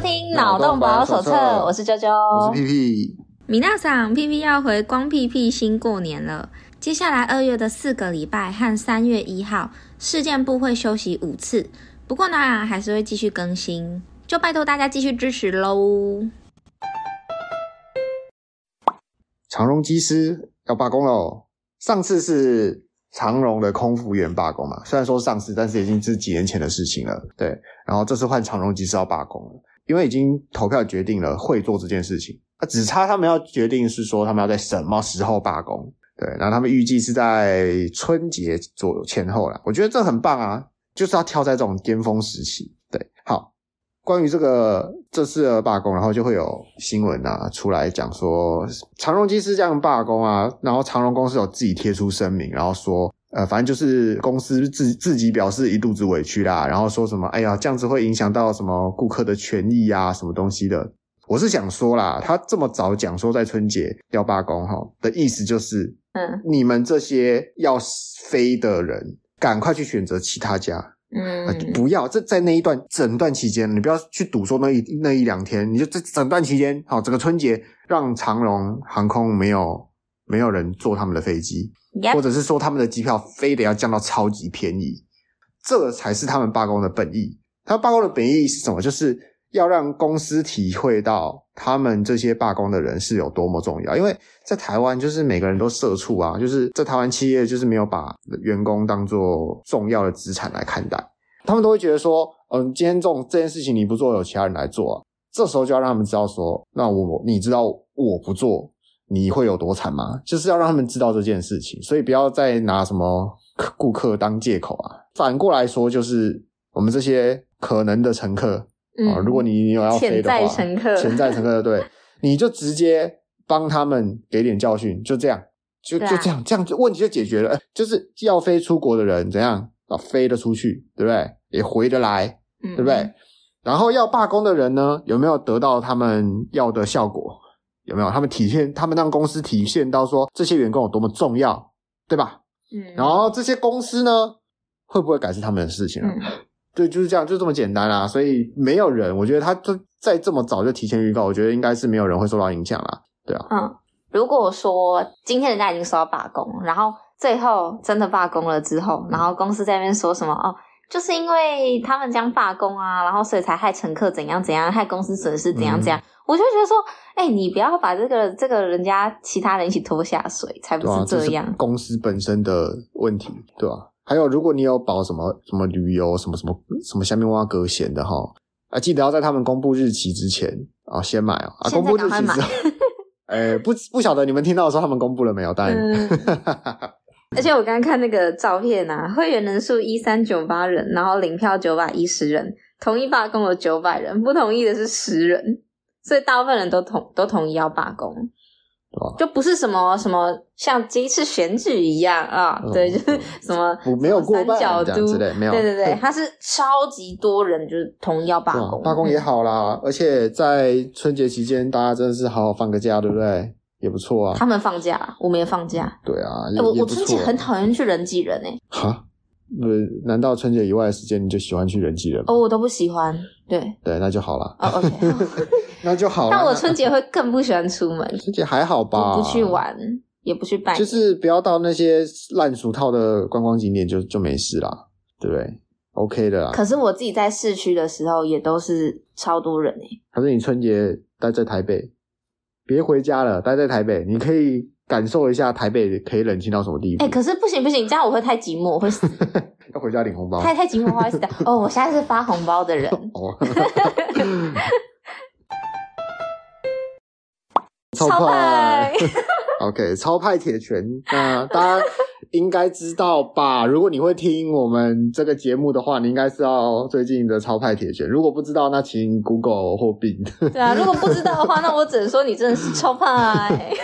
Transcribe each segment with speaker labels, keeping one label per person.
Speaker 1: 听《脑洞宝手册》，我是啾啾，
Speaker 2: 哦
Speaker 3: 我是屁屁。
Speaker 2: 米娜桑屁屁要回光屁屁新过年了。接下来二月的四个礼拜和三月一号，事件部会休息五次，不过呢，还是会继续更新，就拜托大家继续支持喽。
Speaker 3: 长荣机师要罢工喽！上次是长荣的空服员罢工嘛，虽然说上次，但是已经是几年前的事情了。对，然后这次换长荣机师要罢工了，因为已经投票决定了会做这件事情，啊，只差他们要决定是说他们要在什么时候罢工。对，然后他们预计是在春节左前后啦。我觉得这很棒啊，就是要挑在这种巅峰时期。对，好，关于这个这次的罢工，然后就会有新闻啊出来讲说，长荣机师这样罢工啊，然后长荣公司有自己贴出声明，然后说，呃，反正就是公司自自己表示一肚子委屈啦，然后说什么，哎呀，这样子会影响到什么顾客的权益啊，什么东西的。我是想说啦，他这么早讲说在春节要罢工哈的意思就是，
Speaker 2: 嗯，
Speaker 3: 你们这些要飞的人，赶快去选择其他家，
Speaker 2: 嗯，
Speaker 1: 啊
Speaker 3: 呃、不要这在那一段整段期间，你不要去赌说那一那一两天，你就这整段期间，好，整个春节让长荣航空没有没有人坐他们的飞机
Speaker 1: 嗯
Speaker 2: ，yep.
Speaker 1: 啊
Speaker 3: 或者是说他们的机票非得要降到超级便宜，这才是他们罢工的本意。他罢工的本意是什么？就是。要让公司体会到他们这些罢工的人是有多么重要，因为在台湾就是每个人都社畜啊，就是在台湾企业就是没有把员工当做重要的资产来看待，他们都会觉得说，嗯、呃，今天这种这件事情你不做，有其他人来做啊。这时候就要让他们知道说，那我你知道我不做你会有多惨吗？就是要让他们知道这件事情，所以不要再拿什么顾客当借口啊。反过来说，就是我们这些可能的乘客。
Speaker 1: 嗯
Speaker 3: 啊、哦，如果你有要飞的话，
Speaker 2: 嗯潜在乘客，
Speaker 3: 潜在乘 客对，你就直接帮他们给点教训，就这样，就、
Speaker 2: 啊、
Speaker 3: 就这样，这样就问题就解决了。呃就是要飞出国的人怎样啊，飞得出去，对不对？也回得来，对不对？
Speaker 2: 嗯、
Speaker 3: 然后要罢工的人呢，有没有得到他们要的效果？有没有他们体现，他们让公司体现到说这些员工有多么重要，对吧？
Speaker 2: 嗯。
Speaker 3: 然后这些公司呢，会不会改是他们的事情了、啊？
Speaker 2: 嗯
Speaker 3: 对，就是这样，就这么简单啦、啊。所以没有人，我觉得他就在这么早就提前预告，我觉得应该是没有人会受到影响啦。对啊，
Speaker 2: 嗯，如果说今天人家已经说要罢工，然后最后真的罢工了之后，然后公司在那边说什么哦，就是因为他们将罢工啊，然后所以才害乘客怎样怎样，害公司损失怎样怎样，嗯、我就觉得说，哎、欸，你不要把这个这个人家其他人一起拖下水，才不是
Speaker 3: 这
Speaker 2: 样。啊、
Speaker 3: 這公司本身的问题，对吧、啊？还有，如果你有保什么什么旅游什么什么什么下面挖格险的哈，啊，记得要在他们公布日期之前啊、哦、先买哦。啊，公布日期之后，哎不不晓得你们听到的时候他们公布了没有？当然。
Speaker 2: 嗯、 而且我刚刚看那个照片啊，会员人数一三九八人，然后领票九百一十人，同意罢工有九百人，不同意的是十人，所以大部分人都同都同意要罢工。就不是什么什么像这一次选举一样啊，嗯、对， 就是什么
Speaker 3: 没有过半
Speaker 2: 角
Speaker 3: 度之类，没有，啊
Speaker 2: 对对对，它是超级多人就是同意要罢工，
Speaker 3: 啊
Speaker 2: 嗯
Speaker 3: 罢工也好啦，而且在春节期间大家真的是好好放个假，对不对？也不错啊。
Speaker 2: 他们放假，我们也放假。
Speaker 3: 对啊，
Speaker 2: 欸、我
Speaker 3: 我
Speaker 2: 春节很讨厌去人挤人诶、欸。
Speaker 3: 哈，呃，难道春节以外的时间你就喜欢去人挤人？
Speaker 2: 哦，我都不喜欢。对
Speaker 3: 对，那就 好了。
Speaker 2: 哦、oh,，OK，
Speaker 3: 那就好了。
Speaker 2: 但我春节会更不喜欢出门。
Speaker 3: 春节还好吧？
Speaker 2: 不去玩，也不去拜。
Speaker 3: 就是不要到那些烂俗套的观光景点就，就就没事啦，对不对？OK 的啦。
Speaker 2: 可是我自己在市区的时候，也都是超多人诶、欸。
Speaker 3: 还是你春节待在台北，别回家了，待在台北，你可以感受一下台北可以冷清到什么地步。
Speaker 2: 哎、欸，可是不行不行，这样我会太寂寞，我会死。
Speaker 3: 要回家领红包，
Speaker 2: 太太寂寞花死的哦！我现在是发红包的人。
Speaker 3: 哦
Speaker 2: 超派
Speaker 3: 啊欸，OK，超派铁拳，那大家应该知道吧？ 如果你会听我们这个节目的话，你应该知道最近的超派铁拳。如果不知道，那请 Google 或 b
Speaker 2: 对啊，如果不知道的话，那我只能说你真的是超派。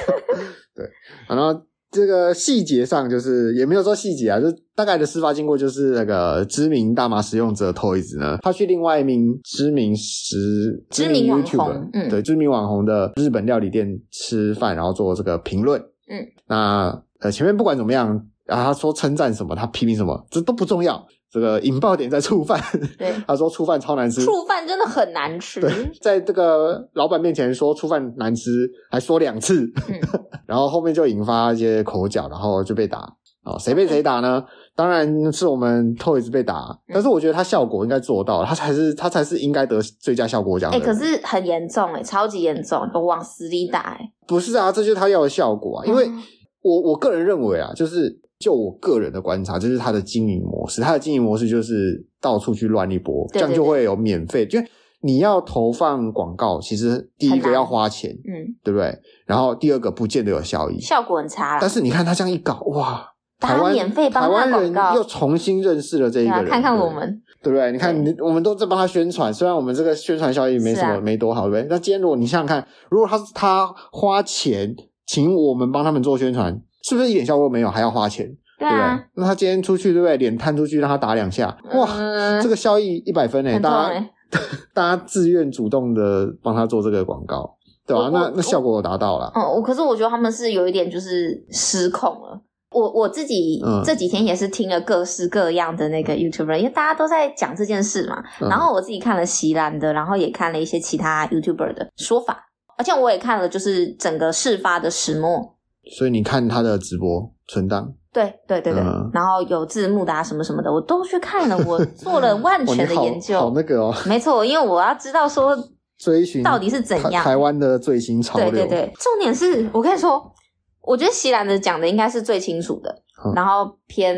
Speaker 3: 对，然后。这个细节上就是也没有说细节啊，就大概的事发经过就是那个知名大麻使用者 Toys 呢，他去另外一名知名食
Speaker 2: 知名
Speaker 3: YouTube
Speaker 2: 嗯
Speaker 3: 对知名网红的日本料理店吃饭，然后做这个评论
Speaker 2: 嗯，
Speaker 3: 那呃前面不管怎么样，然、啊、后他说称赞什么，他批评什么，这都不重要。这个引爆点在 触犯，
Speaker 2: 对，
Speaker 3: 他说触犯超难吃，
Speaker 2: 触饭真的很难吃。
Speaker 3: 对，在这个老板面前说触犯难吃，还说两次，
Speaker 2: 嗯
Speaker 3: 然后后面就引发一些口角，然后就被打啊、谁被谁打呢？当然是我们 Toys 被打，
Speaker 2: 嗯
Speaker 3: 但是我觉得他效果应该做到了，他才是他才是应该得最佳效果奖的
Speaker 2: 哎、
Speaker 3: 人。
Speaker 2: 可是很严重哎、超级严重，我往死里打哎、
Speaker 3: 不是啊，这就是他要的效果啊。因为
Speaker 2: 嗯
Speaker 3: 我我个人认为啊，就是就我个人的观察，这是他的经营模式。他的经营模式就是到处去乱一波，
Speaker 2: 对对
Speaker 3: 这样就会有免费。就你要投放广告，其实第一
Speaker 2: 很
Speaker 3: 个
Speaker 2: 难
Speaker 3: 要花钱，
Speaker 2: 嗯，
Speaker 3: 对不对？然后第二个不见得有效益。
Speaker 2: 效果很差啦
Speaker 3: 但。是你看他这样一搞，哇！
Speaker 2: 帮他
Speaker 3: 台湾
Speaker 2: 免费帮
Speaker 3: 台
Speaker 2: 他
Speaker 3: 湾
Speaker 2: 广
Speaker 3: 人
Speaker 2: 告
Speaker 3: 又重新认识了这一
Speaker 2: 对
Speaker 3: 个
Speaker 2: 啊，
Speaker 3: 人，
Speaker 2: 看看
Speaker 3: 对
Speaker 2: 我们，
Speaker 3: 对不对？你看，
Speaker 2: 对
Speaker 3: 你我们都在帮他宣传，虽然我们这个宣传效益没什么、
Speaker 2: 是啊
Speaker 3: 没多好，对不对？那今天如果你想想看，如果他是他花钱请我们帮他们做宣传，是不是一点效果都没有，还要花钱，
Speaker 2: 对
Speaker 3: 对不
Speaker 2: 啊
Speaker 3: 对，？那他今天出去，对不对？脸探出去，让他打两下，哇，
Speaker 2: 嗯
Speaker 3: 这个效益一百分诶、欸
Speaker 2: 很痛
Speaker 3: 大
Speaker 2: 哎、
Speaker 3: 家 大家自愿主动的帮他做这个广告，对吧、
Speaker 2: 我
Speaker 3: 那
Speaker 2: 我
Speaker 3: 那效果有达到了，
Speaker 2: 嗯，我可是我觉得他们是有一点就是失控了。我我自己
Speaker 3: 嗯
Speaker 2: 这几天也是听了各式各样的那个 YouTuber，因为大家都在讲这件事嘛。
Speaker 3: 嗯
Speaker 2: 然后我自己看了席兰的，然后也看了一些其他 YouTuber 的说法，而且我也看了就是整个事发的始末。
Speaker 3: 所以你看他的直播存档，
Speaker 2: 对对对对，
Speaker 3: 嗯
Speaker 2: 然后有字幕的啊什么什么的，我都去看了，我做 了万
Speaker 3: 哇，你
Speaker 2: 全的
Speaker 3: 好
Speaker 2: 研究。
Speaker 3: 好那个哦，
Speaker 2: 没错，因为我要知道说
Speaker 3: 追寻
Speaker 2: 到底是怎
Speaker 3: 台
Speaker 2: 样
Speaker 3: 台湾的最新潮流，
Speaker 2: 对对对，重点是我跟你说，我觉得席兰的讲的应该是最清楚的，
Speaker 3: 嗯
Speaker 2: 然后偏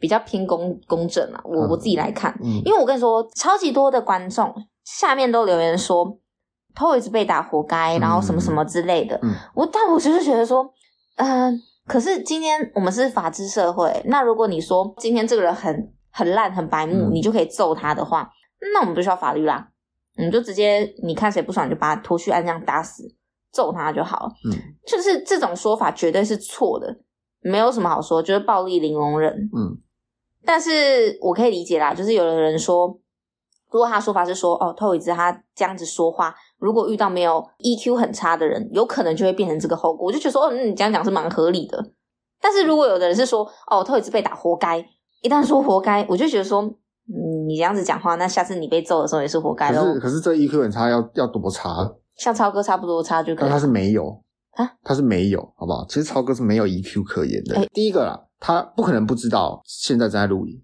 Speaker 2: 比较偏公公正啊，我、
Speaker 3: 嗯
Speaker 2: 我自己来看，
Speaker 3: 嗯，
Speaker 2: 因为我跟你说，超级多的观众下面都留言说 Toys 被打活该，
Speaker 3: 嗯
Speaker 2: 然后什么什么之类的，
Speaker 3: 嗯
Speaker 2: 我但我就是觉得说，嗯、可是今天我们是法治社会，那如果你说今天这个人很很烂、很白目，
Speaker 3: 嗯
Speaker 2: 你就可以揍他的话，那我们不需要法律啦，嗯你就直接你看谁不爽你就把他拖去按这样打死，揍他就好了。
Speaker 3: 嗯，
Speaker 2: 就是这种说法绝对是错的，没有什么好说，就是暴力零容忍。
Speaker 3: 嗯，
Speaker 2: 但是我可以理解啦，就是有的人说，如果他说法是说哦，透椅子他这样子说话，如果遇到没有 EQ 很差的人，有可能就会变成这个后果。我就觉得说，哦，嗯你这样讲是蛮合理的。但是如果有的人是说，哦，透椅子被打活该，一旦说活该，我就觉得说，嗯，你这样子讲话，那下次你被揍的时候也是活该
Speaker 3: 可
Speaker 2: 喽
Speaker 3: 是。可是这 EQ 很差，要要多差？
Speaker 2: 像超哥差不多差就可
Speaker 3: 但
Speaker 2: 以
Speaker 3: 他。是没有
Speaker 2: 啊，
Speaker 3: 他是没有，好不好？其实超哥是没有 EQ 可言的。
Speaker 2: 哎
Speaker 3: 第一个啦，他不可能不知道现在正在录影，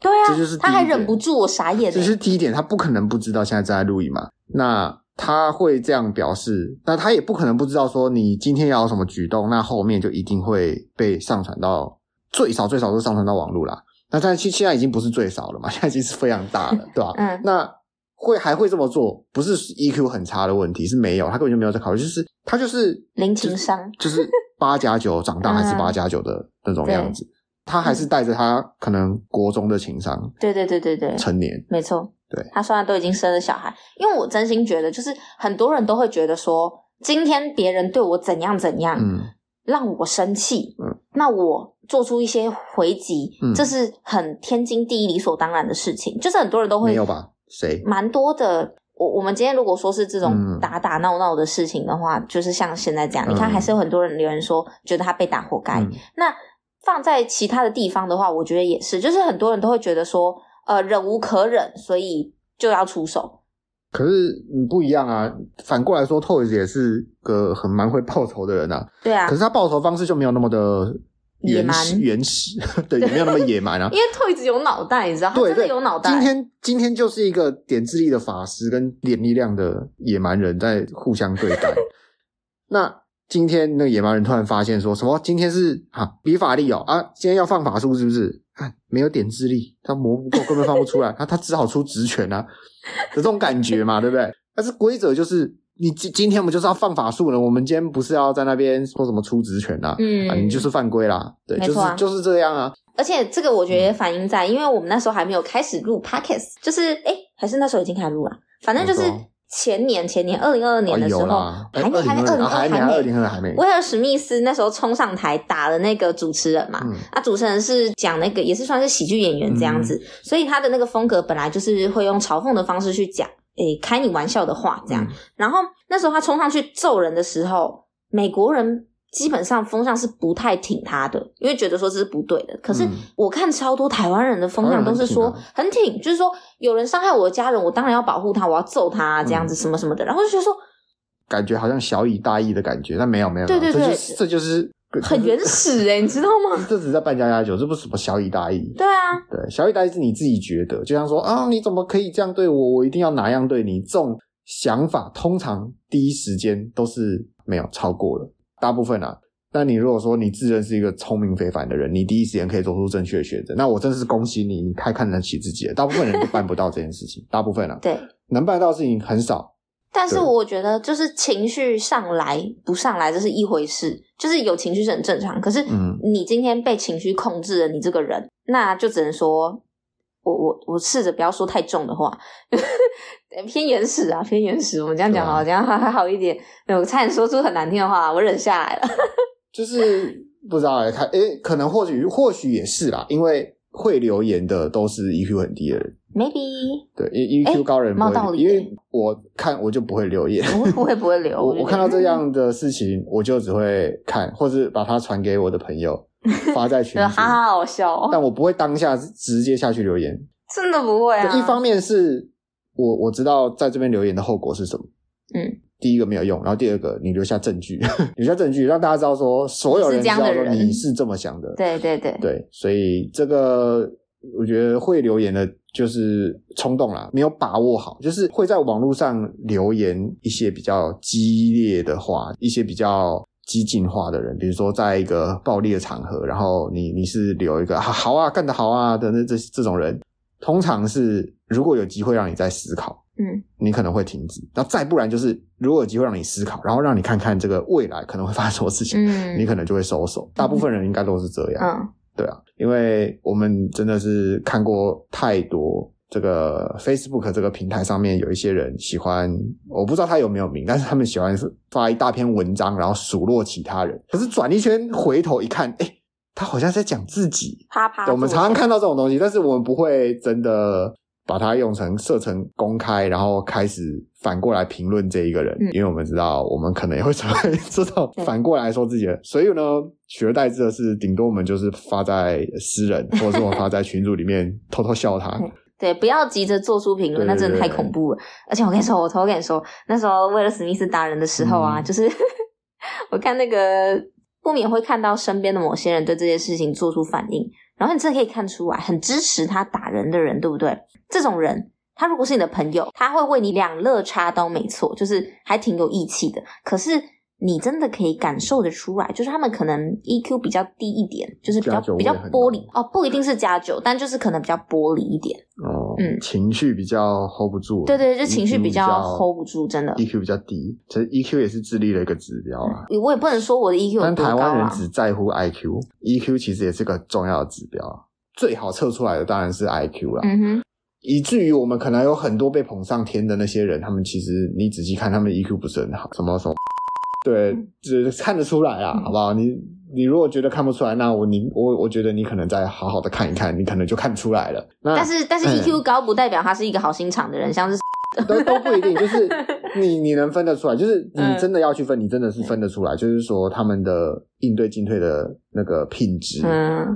Speaker 2: 对啊，
Speaker 3: 这就是第一
Speaker 2: 他还忍
Speaker 3: 点
Speaker 2: 不住，我傻眼、欸。
Speaker 3: 这是第一点，他不可能不知道现在正在录影嘛。那他会这样表示，那他也不可能不知道说你今天要有什么举动，那后面就一定会被上传到最少最少都上传到网络啦。那但现现在已经不是最少了嘛，现 在已经是非常大了，对吧、
Speaker 2: 嗯
Speaker 3: 那会还会这么做，不是 EQ 很差的问题，是没有，他根本就没有在考虑，就是他就是
Speaker 2: 零情商，
Speaker 3: 就是八加九长大还
Speaker 2: 嗯
Speaker 3: 是八加九的那种样子，他还是带着他可能国中的情商
Speaker 2: 对对对对对，
Speaker 3: 成年，
Speaker 2: 没错。
Speaker 3: 对
Speaker 2: 他虽然都已经生了小孩，因为我真心觉得，就是很多人都会觉得说，今天别人对我怎样怎样，
Speaker 3: 嗯。
Speaker 2: 让我生气，
Speaker 3: 嗯
Speaker 2: 那我做出一些回击，
Speaker 3: 嗯
Speaker 2: 这是很天经地义、理所当然的事情。就是很多人都
Speaker 3: 没
Speaker 2: 会
Speaker 3: 有吧？谁？
Speaker 2: 蛮多的。我我们今天如果说是这种
Speaker 3: 嗯
Speaker 2: 打打闹闹的事情的话，就是像现在这样，你看
Speaker 3: 嗯
Speaker 2: 还是有很多人留言说，觉得他被打活该。
Speaker 3: 嗯
Speaker 2: 那放在其他的地方的话，我觉得也是，就是很多人都会觉得说，呃，忍无可忍，所以就要出手。
Speaker 3: 可是嗯不一样啊。反过来说，Toys 也是个很蛮会报仇的人啊。
Speaker 2: 对啊
Speaker 3: 可，是他报仇方式就没有那么的
Speaker 2: 野
Speaker 3: 原
Speaker 2: 蛮
Speaker 3: 始，原始 对，也没有那么野蛮啊
Speaker 2: 因。为 Toys 有脑袋，你知道，他
Speaker 3: 对
Speaker 2: 真的
Speaker 3: 对，
Speaker 2: 有脑袋。
Speaker 3: 今天今天就是一个点智力的法师跟点力量的野蛮人在互相对 待。那今天那个野蛮人突然发现说什么？今天是啊比法力哦啊，今天要放法术是不是？看没有点智力，他磨不够，根本放不出来， 他他只好出直拳啊，有这种感觉嘛，对 不对？但是规则就是。你今今天我们就是要放法术了，我们今天不是要在那边说什么出直拳啊？
Speaker 2: 嗯
Speaker 3: 啊，你就是犯规啦，对，
Speaker 2: 没
Speaker 3: 就是
Speaker 2: 错啊
Speaker 3: 就是这样啊。
Speaker 2: 而且这个我
Speaker 3: 嗯
Speaker 2: 觉得也反映在，因为我们那时候还没有开始录 podcast，就是哎，还是那时候已经开始录了，反正就是
Speaker 3: 没错
Speaker 2: 前年前年二零二二年
Speaker 3: 嗯啊哦
Speaker 2: 的时
Speaker 3: 有
Speaker 2: 候，
Speaker 3: 啦，哎
Speaker 2: 还没还没
Speaker 3: 2022还
Speaker 2: 还
Speaker 3: 没
Speaker 2: 没
Speaker 3: 二
Speaker 2: 还
Speaker 3: 零
Speaker 2: 没，
Speaker 3: 二还没，
Speaker 2: 威尔史密斯那时候冲上台打了那个主持人嘛，
Speaker 3: 嗯
Speaker 2: 啊，主持人是讲那个也是算是喜剧演员这样子，所以他的那个风格本来就是会用嘲讽的方式去讲，诶，开你玩笑的话这样。
Speaker 3: 嗯
Speaker 2: 然后那时候他冲上去揍人的时候，美国人基本上风向是不太挺他的，因为觉得说这是不对的。可是
Speaker 3: 嗯
Speaker 2: 我看超多台湾人的风向都是说
Speaker 3: 台湾人
Speaker 2: 很挺，啊就是说有人伤害我的家人，我当然要保护他，我要揍他、这样子什么什么的。然后就觉得说
Speaker 3: 感觉好像小以大义的感觉，但没有没有，没有
Speaker 2: 对对
Speaker 3: 这就
Speaker 2: 对
Speaker 3: 是这就是
Speaker 2: 很原 始哎、你知道吗？
Speaker 3: 这只是在扮家家酒，这不是什么小以大义。
Speaker 2: 对啊，
Speaker 3: 对，小以大义是你自己觉得，就像说啊，你怎么可以这样对我？我一定要哪样对你？这种想法通常第一时间都是没有超过了，大部分啊。那你如果说你自认是一个聪明非凡的人，你第一时间可以做出正确的选择，那我真是恭喜你，你太看得起自己了。大部分人都办不到这件事情，大部分啊，
Speaker 2: 对。
Speaker 3: 能办到的事情很少。
Speaker 2: 但是
Speaker 3: 对
Speaker 2: 我觉得，就是情绪上来不上来，这是一回事，就是有情绪是很正常。可是
Speaker 3: 嗯，
Speaker 2: 你今天被情绪控制了，你这个人，那就只能说，我我我试着不要说太重的话，偏原始啊，偏原始。我们这样讲好，
Speaker 3: 对啊
Speaker 2: 这样还还好一点。对我差点说出很难听的话，我忍下来了。
Speaker 3: 就是不知道来看，诶，可能或许或许也是啦，因为会留言的都是 EQ 很低的人。
Speaker 2: Maybe
Speaker 3: 对，E E Q
Speaker 2: 诶
Speaker 3: 高人不会
Speaker 2: 蛮有道理
Speaker 3: 因
Speaker 2: 的
Speaker 3: 为我看我就不会 留言，
Speaker 2: 我我也不会留。
Speaker 3: 我
Speaker 2: 就觉
Speaker 3: 我
Speaker 2: 得
Speaker 3: 看到这， 样的事情，我就只会看，或是把它传给我的朋 友，发在群
Speaker 2: 觉得
Speaker 3: 组
Speaker 2: 哈。哈啊好笑哦，
Speaker 3: 但我不会当下直接下去留言。
Speaker 2: 真的不会啊。
Speaker 3: 对一方面是我我知道在这边留言的后果是什么，
Speaker 2: 嗯，
Speaker 3: 第一个没有用，然后第二个你留下证据， 留下证据让大家知道说所有人
Speaker 2: 是
Speaker 3: 知
Speaker 2: 这样
Speaker 3: 道
Speaker 2: 的
Speaker 3: 说
Speaker 2: 人
Speaker 3: 你是这么想的，
Speaker 2: 对对对，
Speaker 3: 对，所以这个我觉得会留言的，就是冲动啦，没有把握好，就是会在网络上留言一些比较激烈的话，一些比较。激进化的人，比如说在一个暴力的场合，然后你你是留一个、啊、好啊，干得好啊的那这这种人，通常是如果有机会让你再思考，
Speaker 2: 嗯，
Speaker 3: 你可能会停止。那再不然就是如果有机会让你思考，然后让你看看这个未来可能会发生什么事情，你
Speaker 2: 嗯
Speaker 3: 可能就会收手。大部分人应该都是这样。
Speaker 2: 嗯，
Speaker 3: 对啊，因为我们真的是看过太多这个 Facebook 这个平台上面有一些人喜欢，我不知道他有没有名，但是他们喜欢发一大篇文章，然后数落其他人。可是转一圈回头一看，哎，他好像在讲自己。
Speaker 2: 啪啪
Speaker 3: 对
Speaker 2: 作响。
Speaker 3: 我们常常看到这种东西，但是我们不会真的把它用成设成公开，然后开始反过来评论这一个人，
Speaker 2: 嗯
Speaker 3: 因为我们知道我们可能也会成为 这种
Speaker 2: 对
Speaker 3: 反过来说自己的。所以呢，取而代之的是，顶多我们就是发在私人，或者是我们发在群组里 面偷偷笑他。
Speaker 2: 对，不要急着做出评论，
Speaker 3: 对
Speaker 2: 那真的太
Speaker 3: 对
Speaker 2: 恐怖了。而且我跟你说，我偷跟你说，那时候为了史密斯打人的时候啊，
Speaker 3: 嗯
Speaker 2: 就是 我看那个不免会看到身边的某些人对这件事情做出反应，然后你真的可以看出来，很支持他打人的人，对不对？这种人。他如果是你的朋友，他会为你两肋插刀，没错，就是还挺有义气的。可是你真的可以感受得出来，就是他们可能 EQ 比较低一点，就是比较
Speaker 3: 加酒味
Speaker 2: 比较
Speaker 3: 很
Speaker 2: 玻璃
Speaker 3: 浓
Speaker 2: 哦，不一定是加酒，但就是可能比较玻璃一点。
Speaker 3: 哦、
Speaker 2: 嗯
Speaker 3: 情绪比较 hold 不住，
Speaker 2: 对对对就
Speaker 3: EQ
Speaker 2: 情绪
Speaker 3: 比
Speaker 2: 比较 hold 不住真的
Speaker 3: EQ 比较低，其实 EQ 也是智力的一个指标啊。
Speaker 2: 我也不能说我的 EQ 有
Speaker 3: 但
Speaker 2: 多
Speaker 3: 台
Speaker 2: 高
Speaker 3: 湾人
Speaker 2: 啊，
Speaker 3: 只在乎 IQ，EQ 其实也是个重要的指标啊。最好测出来的当然是 IQ 啦，
Speaker 2: 嗯哼，
Speaker 3: 以至于我们可能有很多被捧上天的那些人，他们其实你仔细看，他们 EQ 不是很好，什么
Speaker 2: 嗯
Speaker 3: 什么，对，只看得出来啊，好不好？你你如果觉得看不出来，那我你我我觉得你可能再好好的看一看，你可能就看出来了。那
Speaker 2: 但是但是
Speaker 3: 嗯
Speaker 2: EQ 高不代表他是一个好心肠的人，像是
Speaker 3: 都都不一定， 就是你你能分得出来，就是你
Speaker 2: 嗯
Speaker 3: 真的要去分，你真的是分得出来，就是说他们的应对进退的那个品质，
Speaker 2: 嗯，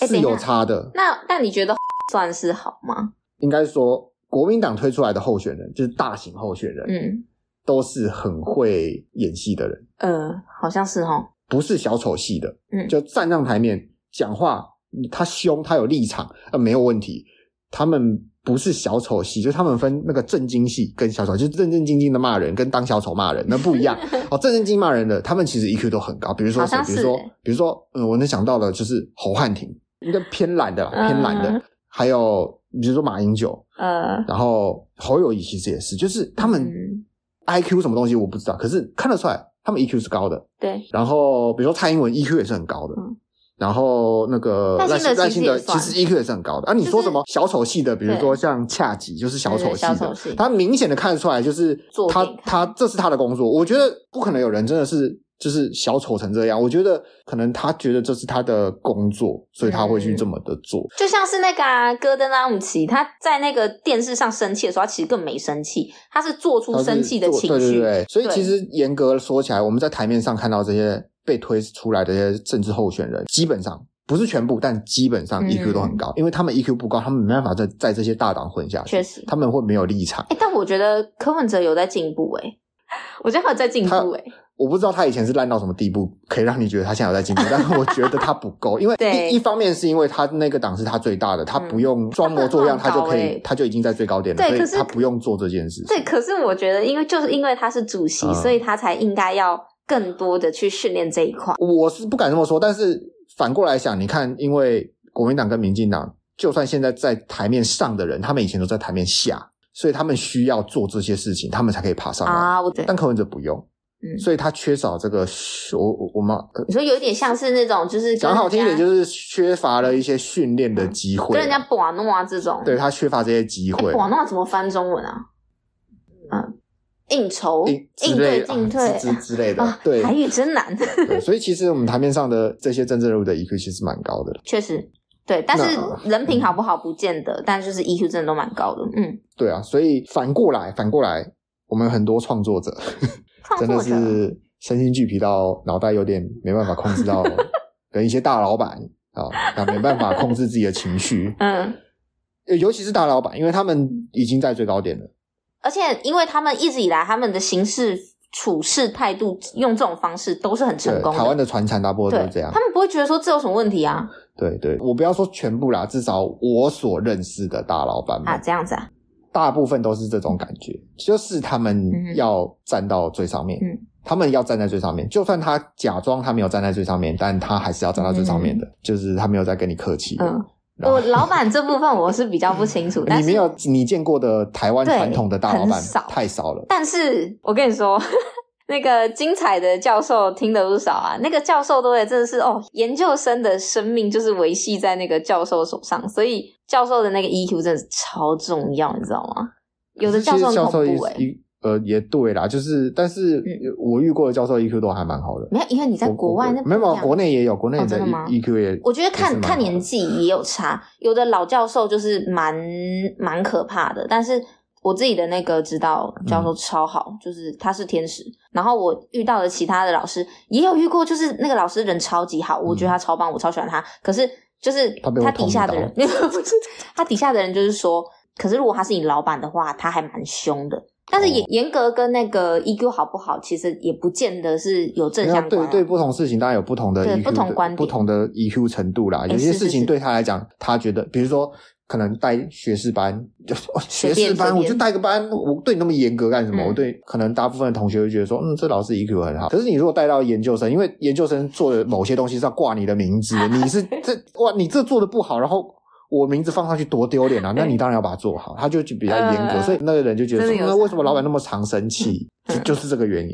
Speaker 2: 哎
Speaker 3: 是有
Speaker 2: 等一下
Speaker 3: 差的。
Speaker 2: 那那你觉得 算是好吗？
Speaker 3: 应该说，国民党推出来的候选人，就是大型候选人，
Speaker 2: 嗯
Speaker 3: 都是很会演戏的人，
Speaker 2: 呃，好像是哦，
Speaker 3: 不是小丑戏的。
Speaker 2: 嗯
Speaker 3: 就站上台面讲话，他凶，他有立场，呃，没有问题。他们不是小丑戏，就是他们分那个正经戏跟小丑，就是正正经经的骂人，跟当小丑骂人那不 一样。哦，正正经骂人的，他们其实 EQ 都很高。比如说
Speaker 2: 好
Speaker 3: 谁，
Speaker 2: 像
Speaker 3: 比如
Speaker 2: 是
Speaker 3: 说
Speaker 2: 欸，
Speaker 3: 比如说，嗯，我能想到的就是侯汉廷，应该偏蓝的啦，偏蓝的。
Speaker 2: 嗯
Speaker 3: 还有比如说马英九，
Speaker 2: 呃，
Speaker 3: 然后侯友谊其实也是，就是他们
Speaker 2: 嗯
Speaker 3: IQ 什么东西我不知道，可是看得出来他们 EQ 是高的。
Speaker 2: 对，
Speaker 3: 然后比如说蔡英文 EQ 也是很高的，
Speaker 2: 嗯
Speaker 3: 然后那个
Speaker 2: 赖
Speaker 3: 赖
Speaker 2: 清德
Speaker 3: 赖
Speaker 2: 其
Speaker 3: 清
Speaker 2: 实
Speaker 3: 德
Speaker 2: 也
Speaker 3: 其
Speaker 2: 算
Speaker 3: 实 EQ 也是很高的。啊，你
Speaker 2: 就是
Speaker 3: 说什么小丑系的，比如
Speaker 2: 对
Speaker 3: 说像恰吉就是小丑系
Speaker 2: 对对小
Speaker 3: 的
Speaker 2: 丑系，
Speaker 3: 他明显的看得出来就是
Speaker 2: 做
Speaker 3: 他
Speaker 2: 给
Speaker 3: 他
Speaker 2: 看
Speaker 3: 这是他的工作，我觉得不可能有人真的是。就是小丑成这样，我觉得可能他觉得这是他的工作，所以他会去
Speaker 2: 嗯
Speaker 3: 这么的做。
Speaker 2: 就像是那个、啊、戈登拉姆齐，他在那个电视上生气的时候，他其实更没生气，他是做出
Speaker 3: 他是
Speaker 2: 生气的
Speaker 3: 做
Speaker 2: 情
Speaker 3: 对
Speaker 2: 绪，
Speaker 3: 对对，所以
Speaker 2: 对
Speaker 3: 其实严格说起来，我们在台面上看到这些被推出来的这些政治候选人，基本上不是全部，但基本上
Speaker 2: 嗯
Speaker 3: EQ 都很高，因为他们 EQ 不高，他们没办法在在这些大党混下去
Speaker 2: 确，实。
Speaker 3: 他们会没有立场。
Speaker 2: 哎、但我觉得柯文哲有在进步哎、我觉得他有在进步哎、
Speaker 3: 我不知道他以前是烂到什么地步，可以让你觉得他现在有在进步，但是我觉得他不够，因为
Speaker 2: 对嗯
Speaker 3: 一一方面是因为他那个党是他最大的，他不用装模作样，
Speaker 2: 他
Speaker 3: 他
Speaker 2: 很
Speaker 3: 就
Speaker 2: 好搞
Speaker 3: 可以
Speaker 2: 欸，
Speaker 3: 他就已经在最高点了，
Speaker 2: 对
Speaker 3: 所
Speaker 2: 可
Speaker 3: 以
Speaker 2: 是
Speaker 3: 他不用做这件事情。
Speaker 2: 对，可是我觉得，因为就是因为他是主席，
Speaker 3: 嗯
Speaker 2: 所以他才应该要更多的去训练这一块。
Speaker 3: 我是不敢这么说，但是反过来想，你看，因为国民党跟民进党，就算现在在台面上的人，他们以前都在台面下，所以他们需要做这些事情，他们才可以爬上来。
Speaker 2: 啊，我对
Speaker 3: 但柯文哲不用，
Speaker 2: 嗯
Speaker 3: 所以他缺少这个我我我们呃
Speaker 2: 你说有点像是那种，就是
Speaker 3: 讲好听一点，就是是缺乏了一些训练的机会
Speaker 2: 跟
Speaker 3: 啊，
Speaker 2: 人家把弄啊这种。
Speaker 3: 对他缺乏这些
Speaker 2: 诶，
Speaker 3: 机会。
Speaker 2: 把弄啊怎么翻中文啊？嗯，应酬、
Speaker 3: 应之
Speaker 2: 应
Speaker 3: 类
Speaker 2: 对
Speaker 3: 的
Speaker 2: 进退
Speaker 3: 啊之之之类的
Speaker 2: 啊，，
Speaker 3: 对
Speaker 2: 台语真难，
Speaker 3: 对所以其实我们台面上的这些政治人物的 EQ 其实蛮高的。
Speaker 2: 确实。对，但是
Speaker 3: 那嗯
Speaker 2: 人品好不好不见得，但就是 EQ 真的都蛮高的。嗯，
Speaker 3: 对啊，所以反过来，反过来，我们很多创作者
Speaker 2: 创
Speaker 3: 真的
Speaker 2: 作者
Speaker 3: 是身心俱疲到脑袋有点没办法 控制到，跟一些大老板啊，那没办法控制自己的情绪，
Speaker 2: 嗯，
Speaker 3: 呃尤其是大老板，因为他们已经在最高点了。
Speaker 2: 而且因为他们一直以来他们的行事处事态度，用这种方式都是很成
Speaker 3: 对，
Speaker 2: 功的。
Speaker 3: 台湾的传产大部分都
Speaker 2: 对
Speaker 3: 是这样
Speaker 2: 他。们不会觉得说这有什么问题啊
Speaker 3: 对对，我不要说全部啦，至少我所认识的大老板们，
Speaker 2: 啊这样子啊，
Speaker 3: 大部分都是这种感觉，就是他们
Speaker 2: 嗯
Speaker 3: 要站到最上面，
Speaker 2: 嗯
Speaker 3: 他们要站在最上面，就算他假装他没有站在最上面，但他还是要站到最上面的，就是他没有在跟你客气 的。
Speaker 2: 嗯，
Speaker 3: 然后
Speaker 2: 我老板这部分我是比较不清 楚，但
Speaker 3: 你
Speaker 2: 是
Speaker 3: 没有你见过的台湾
Speaker 2: 对
Speaker 3: 传统的大老板
Speaker 2: 很少
Speaker 3: 太少了，
Speaker 2: 但是我跟你说， 那个精彩的教授听得不少啊。那个教授都会真的是哦，研究生的生命就是维系在那个教授手上，所以教授的那个 EQ 真的是超重要，你知道吗？有的教
Speaker 3: 其
Speaker 2: 授
Speaker 3: 实
Speaker 2: 很
Speaker 3: 教授
Speaker 2: 恐
Speaker 3: 一
Speaker 2: 怖哎、
Speaker 3: 一呃也对啦，就是但是
Speaker 2: 嗯
Speaker 3: 我遇过的教授 EQ 都还蛮好的。
Speaker 2: 没有，因为你在
Speaker 3: 我
Speaker 2: 国外
Speaker 3: 我
Speaker 2: 那不
Speaker 3: 没有没
Speaker 2: 一
Speaker 3: 有
Speaker 2: 样
Speaker 3: 国内也有，国内
Speaker 2: 哦真的吗
Speaker 3: EQ 也，
Speaker 2: 我觉得
Speaker 3: 也
Speaker 2: 看
Speaker 3: 是蛮好
Speaker 2: 看
Speaker 3: 的
Speaker 2: 年纪也有差，有的老教授就是蛮蛮可怕的，但是我自己的那个指导
Speaker 3: 嗯
Speaker 2: 教授超好，就是他是天使。然后我遇到的其他的老师也有遇过，就是那个老师人超级好，我觉得他超棒，我超喜欢他。可是就是
Speaker 3: 嗯他被我
Speaker 2: 他底下的人，
Speaker 3: 捅
Speaker 2: 没有不是他底下的人就是说，可是如果他是你老板的话，他还蛮凶的。但
Speaker 3: 哦
Speaker 2: 是严严格跟那个 EQ 好不好，其实也不见得是有正
Speaker 3: 没有
Speaker 2: 相关啊、
Speaker 3: 对对，不同事情当然有不同的
Speaker 2: 对
Speaker 3: EQ
Speaker 2: 不同
Speaker 3: 的
Speaker 2: 观点哎
Speaker 3: 不同的 EQ 程度啦。有
Speaker 2: 是
Speaker 3: 些
Speaker 2: 是
Speaker 3: 事情
Speaker 2: 是
Speaker 3: 对他来讲，他觉得，比如说可能带学士班，就哦学
Speaker 2: 便
Speaker 3: 士班
Speaker 2: 随
Speaker 3: 我
Speaker 2: 便
Speaker 3: 就带个班，我对你那么严格干什么？
Speaker 2: 嗯
Speaker 3: 我对可能大部分的同学会觉得说，嗯，这老师 EQ 很好。可是你如果带到研究生，因为研究生做的某些东西是要挂你的名字的， 你是这哇，你这做的不好，然后。我名字放上去多丢脸啊！那你当然要把它做好，他就比较严格，
Speaker 2: 哎呃
Speaker 3: 所以那个人就觉得说
Speaker 2: 真的，有
Speaker 3: 那
Speaker 2: 差嗯
Speaker 3: 为什么老板那么常生气？就就是这个原因。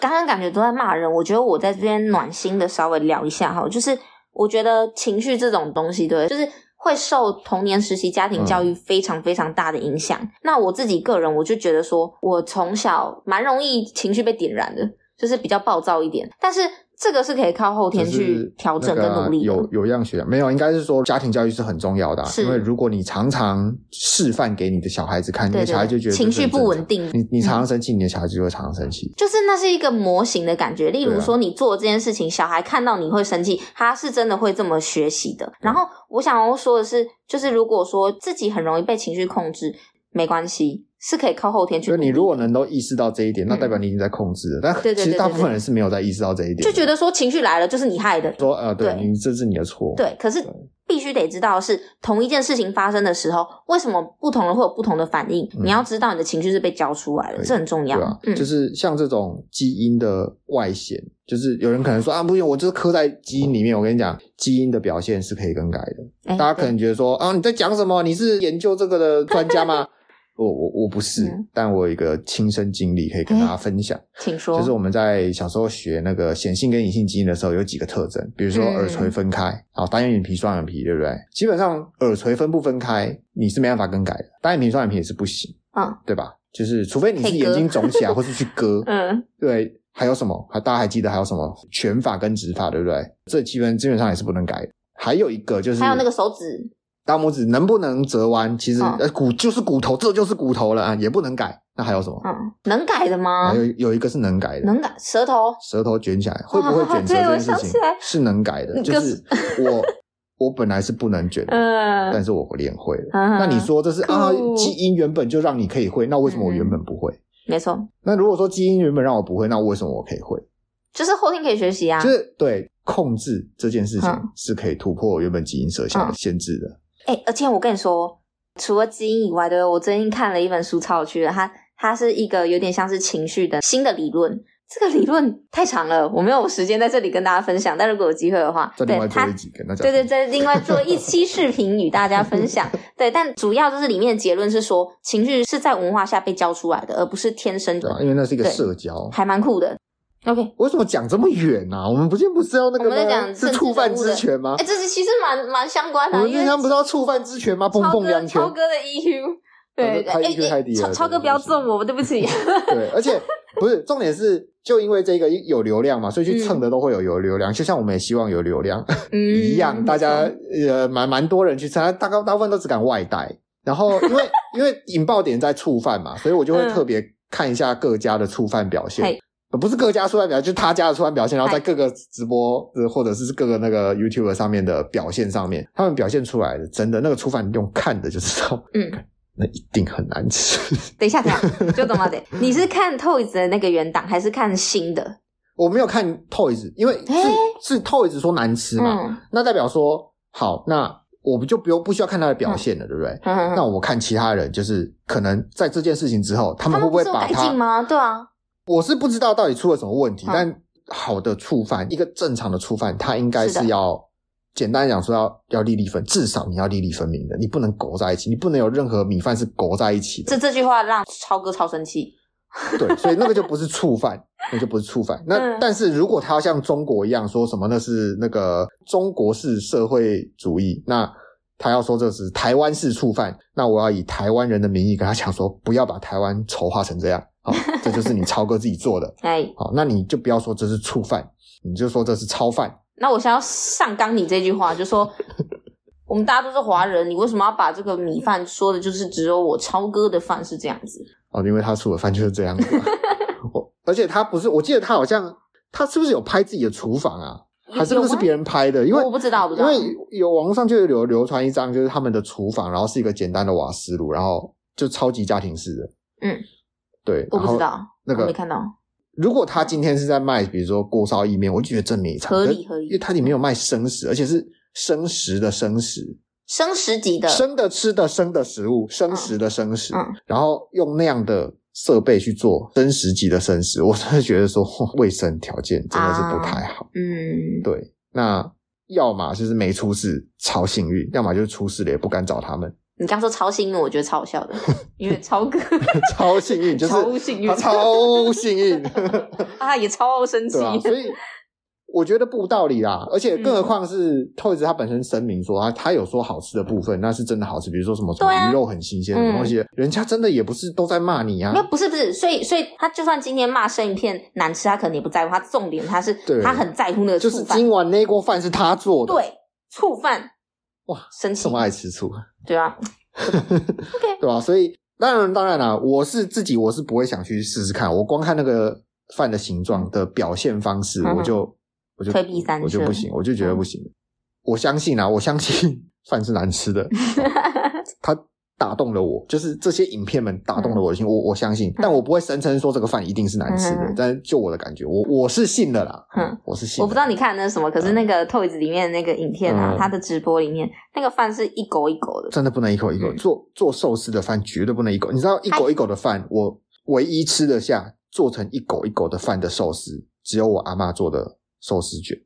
Speaker 2: 刚刚感觉都在骂人，我觉得我在这边暖心的稍微聊一下哈，就是我觉得情绪这种东西，对，就是会受童年时期家庭教育非常非常大的影响。那我自己个人，我就觉得说我从小蛮容易情绪被点燃的，就是比较暴躁一点，但是这个是可以靠后天去调整跟努力的。
Speaker 3: 啊有有样学样，没有，应该是说家庭教育是很重要的、啊，
Speaker 2: 是
Speaker 3: 因为如果你常常示范给你的小孩子看，你
Speaker 2: 对
Speaker 3: 的
Speaker 2: 对
Speaker 3: 小孩就觉
Speaker 2: 对，
Speaker 3: 得
Speaker 2: 情绪不稳
Speaker 3: 定。
Speaker 2: 定，嗯
Speaker 3: 你你常常生气，你的小孩子就会常常生气。
Speaker 2: 就是那是一个模型的感觉。例
Speaker 3: 啊
Speaker 2: 如说，你做这件事情，小孩看到你会生气，他是真的会这么学习
Speaker 3: 嗯
Speaker 2: 的。然后我想要说的是，就是如果说自己很容易被情绪控制，没关系，是可以靠后天去
Speaker 3: 就
Speaker 2: 努力
Speaker 3: 你
Speaker 2: 的。
Speaker 3: 如果能够意识到这一点，那
Speaker 2: 嗯
Speaker 3: 代表你已经在控制了。但
Speaker 2: 对对
Speaker 3: 其实
Speaker 2: 对
Speaker 3: 大
Speaker 2: 对
Speaker 3: 部分人是没有在意识到这一点的，
Speaker 2: 就觉得说情绪来了就是你害的，
Speaker 3: 说呃，对
Speaker 2: 对
Speaker 3: 你这是你的错。
Speaker 2: 对，可是
Speaker 3: 对
Speaker 2: 必须得知道的是，同一件事情发生的时候，为什么不同人会有不同的反应？
Speaker 3: 嗯
Speaker 2: 你要知道你的情绪是被教出来的，
Speaker 3: 对
Speaker 2: 这很重要。
Speaker 3: 对啊，
Speaker 2: 嗯，
Speaker 3: 就是像这种基因的外显，就是有人可能说啊，不行，我就是刻在基因里面。我跟你讲，基因的表现是可以更改的。
Speaker 2: 哎
Speaker 3: 大家可
Speaker 2: 对
Speaker 3: 能觉得说啊，你在讲什么？你是研究这个的专家吗？ 我我我不是，
Speaker 2: 嗯
Speaker 3: 但我有一个亲身经历可以跟大家分享，
Speaker 2: 请说，
Speaker 3: 就是我们在小时候学那个显性跟隐性基因的时候，有几个特征，比如说
Speaker 2: 嗯
Speaker 3: 耳垂分开，好、单眼眼皮、双眼皮，对不对？基本上耳垂分不分开，你是没办法更改的，单眼皮、双眼皮也是不行，
Speaker 2: 嗯，
Speaker 3: 对吧？就是除非你是
Speaker 2: 可以割
Speaker 3: 眼睛肿 起来，或是去割，
Speaker 2: 嗯，
Speaker 3: 对，还有什么？还大家还记得还有什么？拳法跟指法，对不对？这基本基本上也是不能改的。还有一个就是
Speaker 2: 还有那个手指，
Speaker 3: 大拇指能不能折弯，其实、
Speaker 2: 嗯
Speaker 3: 呃骨就是骨头，这就是骨头了啊，也不能改。那还有什么？
Speaker 2: 嗯，能改的吗
Speaker 3: 还？有有一个是能改的，
Speaker 2: 能改舌头，
Speaker 3: 舌头卷起来会不会卷 舌
Speaker 2: 对啊
Speaker 3: 这
Speaker 2: 我
Speaker 3: 件事
Speaker 2: 想
Speaker 3: 情
Speaker 2: 起来
Speaker 3: 是能改的，
Speaker 2: 你
Speaker 3: 就
Speaker 2: 就是
Speaker 3: 我我本来是不能卷的，
Speaker 2: 嗯、
Speaker 3: 但是我练会了。
Speaker 2: 嗯
Speaker 3: 那你说这是啊
Speaker 2: 酷，
Speaker 3: 基因原本就让你可以会，那为什么我
Speaker 2: 嗯
Speaker 3: 原本不会？
Speaker 2: 没错，
Speaker 3: 那如果说基因原本让我不会，那为什么我可以会？
Speaker 2: 就是后天可以学习啊
Speaker 3: 就。是对控制这件事情
Speaker 2: 嗯
Speaker 3: 是可以突破我原本基因设下的
Speaker 2: 嗯
Speaker 3: 限制的。
Speaker 2: 哎、而且我跟你说，除了基因以外，对我最近看了一本书，超有趣的。它它是一个有点像是情绪的新的理论。这个理论太长了，我没有时间在这里跟大家分享。但如果有机会的话，
Speaker 3: 再另
Speaker 2: 对
Speaker 3: 外做
Speaker 2: 它
Speaker 3: 一集跟大家
Speaker 2: 对
Speaker 3: 分
Speaker 2: 对，
Speaker 3: 享，
Speaker 2: 在另外做一期视频与大家分 享。对，但主要就是里面的结论是说，情绪是在文化下被教出来的，而不是天生
Speaker 3: 对吧啊
Speaker 2: 的，
Speaker 3: 因为那是一个
Speaker 2: 对
Speaker 3: 社交。
Speaker 2: 还蛮酷的。OK，
Speaker 3: 为什么讲这么远啊？我们不是不是要那个
Speaker 2: 我们在
Speaker 3: 吗？
Speaker 2: 讲
Speaker 3: 是
Speaker 2: 政治
Speaker 3: 触犯
Speaker 2: 人物
Speaker 3: 知
Speaker 2: 的
Speaker 3: 权吗
Speaker 2: 哎、？这是其实蛮蛮相关
Speaker 3: 我
Speaker 2: 的，啊
Speaker 3: 们
Speaker 2: 因
Speaker 3: 之
Speaker 2: 为
Speaker 3: 前不是要触犯知权吗？蹦
Speaker 2: 超
Speaker 3: 蹦
Speaker 2: 哥
Speaker 3: 两拳
Speaker 2: 超，哥的
Speaker 3: E
Speaker 2: EQ，对，
Speaker 3: 他 EQ
Speaker 2: 哎
Speaker 3: 太低了
Speaker 2: 超超哥不要揍我，对不 起。
Speaker 3: 对，而且不是重点是，就因为这个有流量嘛，所以去
Speaker 2: 嗯
Speaker 3: 蹭的都会有有流量。就像我们也希望有流量
Speaker 2: 嗯，
Speaker 3: 一样，大家
Speaker 2: 没错
Speaker 3: 呃蛮蛮多人去蹭，大概大部分都只敢外带。然后因为因为引爆点在触犯嘛，所以我就会
Speaker 2: 嗯
Speaker 3: 特别看一下各家的触犯表现
Speaker 2: 嘿。
Speaker 3: 呃不是各家触犯表现，就是他家的触犯表现，然后在
Speaker 2: 嗨
Speaker 3: 各个直播呃或者是各个那个 YouTube 上面的表现上面，他们表现出来的，真的那个触犯用看的就知道，
Speaker 2: 嗯，
Speaker 3: 那一定很难吃。
Speaker 2: 等一下，等一下，就懂了。对，你是看 Toys 的那个原档，还是看新的？
Speaker 3: 我没有看 Toys，因为是、
Speaker 2: 欸
Speaker 3: 是 Toys 说难吃嘛，
Speaker 2: 嗯
Speaker 3: 那代表说好，那我们就不用不需要看他的表现了，对不对？
Speaker 2: 嗯，
Speaker 3: 那我看其他人，就是可能在这件事情之后，他们
Speaker 2: 他
Speaker 3: 会
Speaker 2: 们
Speaker 3: 不会
Speaker 2: 是有
Speaker 3: 把
Speaker 2: 改进
Speaker 3: 他？
Speaker 2: 吗？对啊，
Speaker 3: 我是不知道到底出了什么问题，
Speaker 2: 嗯
Speaker 3: 但好的触犯，一个正常的触犯，他应该
Speaker 2: 是
Speaker 3: 是
Speaker 2: 的
Speaker 3: 要简单讲说要要粒粒分，至少你要粒粒分明的，你不能勾在一起，你不能有任何米饭是勾在一起的。
Speaker 2: 这这句话让超哥超生气。
Speaker 3: 对，所以那个就不是触犯，那就不是触犯。那、
Speaker 2: 嗯
Speaker 3: 但是如果他要像中国一样说什么那是那个中国式社会主义，那他要说这是台湾式触犯，那我要以台湾人的名义跟他讲说，不要把台湾丑化成这样。好，这就是你超哥自己做的。
Speaker 2: 哎，
Speaker 3: 好，那你就不要说这是触犯，你就说这是超犯。
Speaker 2: 那我想要上纲你这句话，就 说我们大家都是华人，你为什么要把这个米饭说的就是只有我超哥的饭是这样子？
Speaker 3: 哦，因为他出的饭就是这样子 嘛。我而且他不是，我记得他好像他是不是有拍自己的厨房啊？还是
Speaker 2: 有
Speaker 3: 那是
Speaker 2: 吗
Speaker 3: 别人拍的？因为
Speaker 2: 我不知道，我不知
Speaker 3: 因
Speaker 2: 道。
Speaker 3: 为有网络上就有流流传一张，就是他们的厨房，然后是一个简单的瓦斯炉，然后就超级家庭式的。
Speaker 2: 嗯，
Speaker 3: 对，
Speaker 2: 我不知
Speaker 3: 然后。
Speaker 2: 道，
Speaker 3: 那
Speaker 2: 我
Speaker 3: 个
Speaker 2: 没看到。
Speaker 3: 如果他今天是在卖，比如说锅烧意面，我就觉得这没差，
Speaker 2: 合理
Speaker 3: 可是
Speaker 2: 合理
Speaker 3: 因为它里面有卖生食，而且是生食的生食，
Speaker 2: 生食级的，
Speaker 3: 生的吃的生的食物，生食的生食，
Speaker 2: 嗯
Speaker 3: 然后用那样的设备去做生食级的生食，我真的觉得说卫生条件真的是不太好。
Speaker 2: 嗯，
Speaker 3: 对，那要么就是没出事超幸运，要么就是出事了也不敢找他们，
Speaker 2: 你刚说超幸运，我觉得超好笑的，因为超哥
Speaker 3: 超幸运就是
Speaker 2: 超幸运
Speaker 3: 他 超 幸运，
Speaker 2: 啊也超生气
Speaker 3: 对，啊，所以我觉得不道理啦，而且更
Speaker 2: 嗯
Speaker 3: 何况是 Toys 他本身声明说啊他他有说好吃的部分，那是真的好吃，比如说什么什
Speaker 2: 对啊
Speaker 3: 么鱼肉很新鲜什么东西，人家真的也不是都在骂你啊
Speaker 2: 没，有，不是不是，所以所以他就算今天骂生鱼片难吃，他可能也不在乎，他重点他是
Speaker 3: 对
Speaker 2: 他很在乎那个
Speaker 3: 就
Speaker 2: 触
Speaker 3: 是
Speaker 2: 犯，
Speaker 3: 今晚那锅饭是他做的，，
Speaker 2: 对触犯，
Speaker 3: 哇，
Speaker 2: 生气
Speaker 3: 这，么爱吃醋。
Speaker 2: 对啊，
Speaker 3: 对吧、所以当然当然啦，我是自己我是不会想去试试看，我光看那个饭的形状的表现方式，
Speaker 2: 嗯
Speaker 3: 我就我就
Speaker 2: 退避三舍嗯
Speaker 3: 我就不行，我就觉得不行。我相信啊，我相信 饭是难 吃的，它打动了我，就是这些影片们打动
Speaker 2: 嗯
Speaker 3: 了我的心，我我相信，但我不会声称说这个饭一定是难吃的，
Speaker 2: 嗯嗯嗯
Speaker 3: 但是就我的感觉，我我是信的啦，
Speaker 2: 嗯
Speaker 3: 我是信的，
Speaker 2: 我不知道你看的那是什么，可是那个 Toys 里面那个影片啊
Speaker 3: 嗯，
Speaker 2: 他的直播里面那个饭是一狗一狗的，
Speaker 3: 真的不能一口一口、
Speaker 2: 嗯
Speaker 3: 做做寿司的饭，绝对不能一口。你知道一
Speaker 2: 哎
Speaker 3: 口一口的饭，我唯一吃得下做成一口一口的饭的寿司，只有我阿嬷做的寿司卷，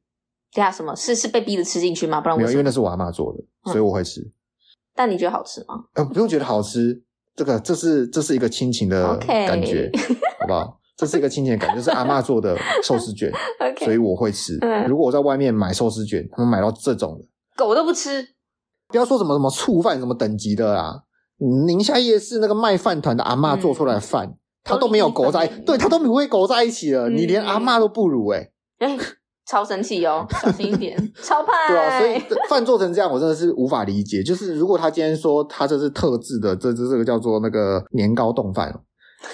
Speaker 2: 对啊，什么是是被逼着吃进去吗？不然
Speaker 3: 没
Speaker 2: 啊我
Speaker 3: 有，因
Speaker 2: 是
Speaker 3: 为那是我阿嬷做的，
Speaker 2: 嗯
Speaker 3: 所以我会吃。
Speaker 2: 但你觉得好吃吗？
Speaker 3: 呃，不用觉得好吃，这个这是这是一个亲情的
Speaker 2: OK
Speaker 3: 感 觉好不好？这是一个亲情的感觉，就是阿嬷做的寿司 卷
Speaker 2: OK
Speaker 3: 所以我会吃。
Speaker 2: 嗯
Speaker 3: 如果我在外面买寿司卷，他们买到这种的，
Speaker 2: 狗都不吃，
Speaker 3: 不要说什么什么触犯什么等级的啦，宁夏夜市那个卖饭团的阿嬷做出来的饭，嗯她、都没有狗在，
Speaker 2: 都离离分离
Speaker 3: 对她都不会狗在一起了，
Speaker 2: 嗯
Speaker 3: 你连阿嬷都不如哎、
Speaker 2: 哎，超生气 哦，小心一点，超派。
Speaker 3: 对啊，所以饭做成这样，我真的是无法理解。就是如果他今天说他这是特制的，这这这个叫做那个年糕冻饭，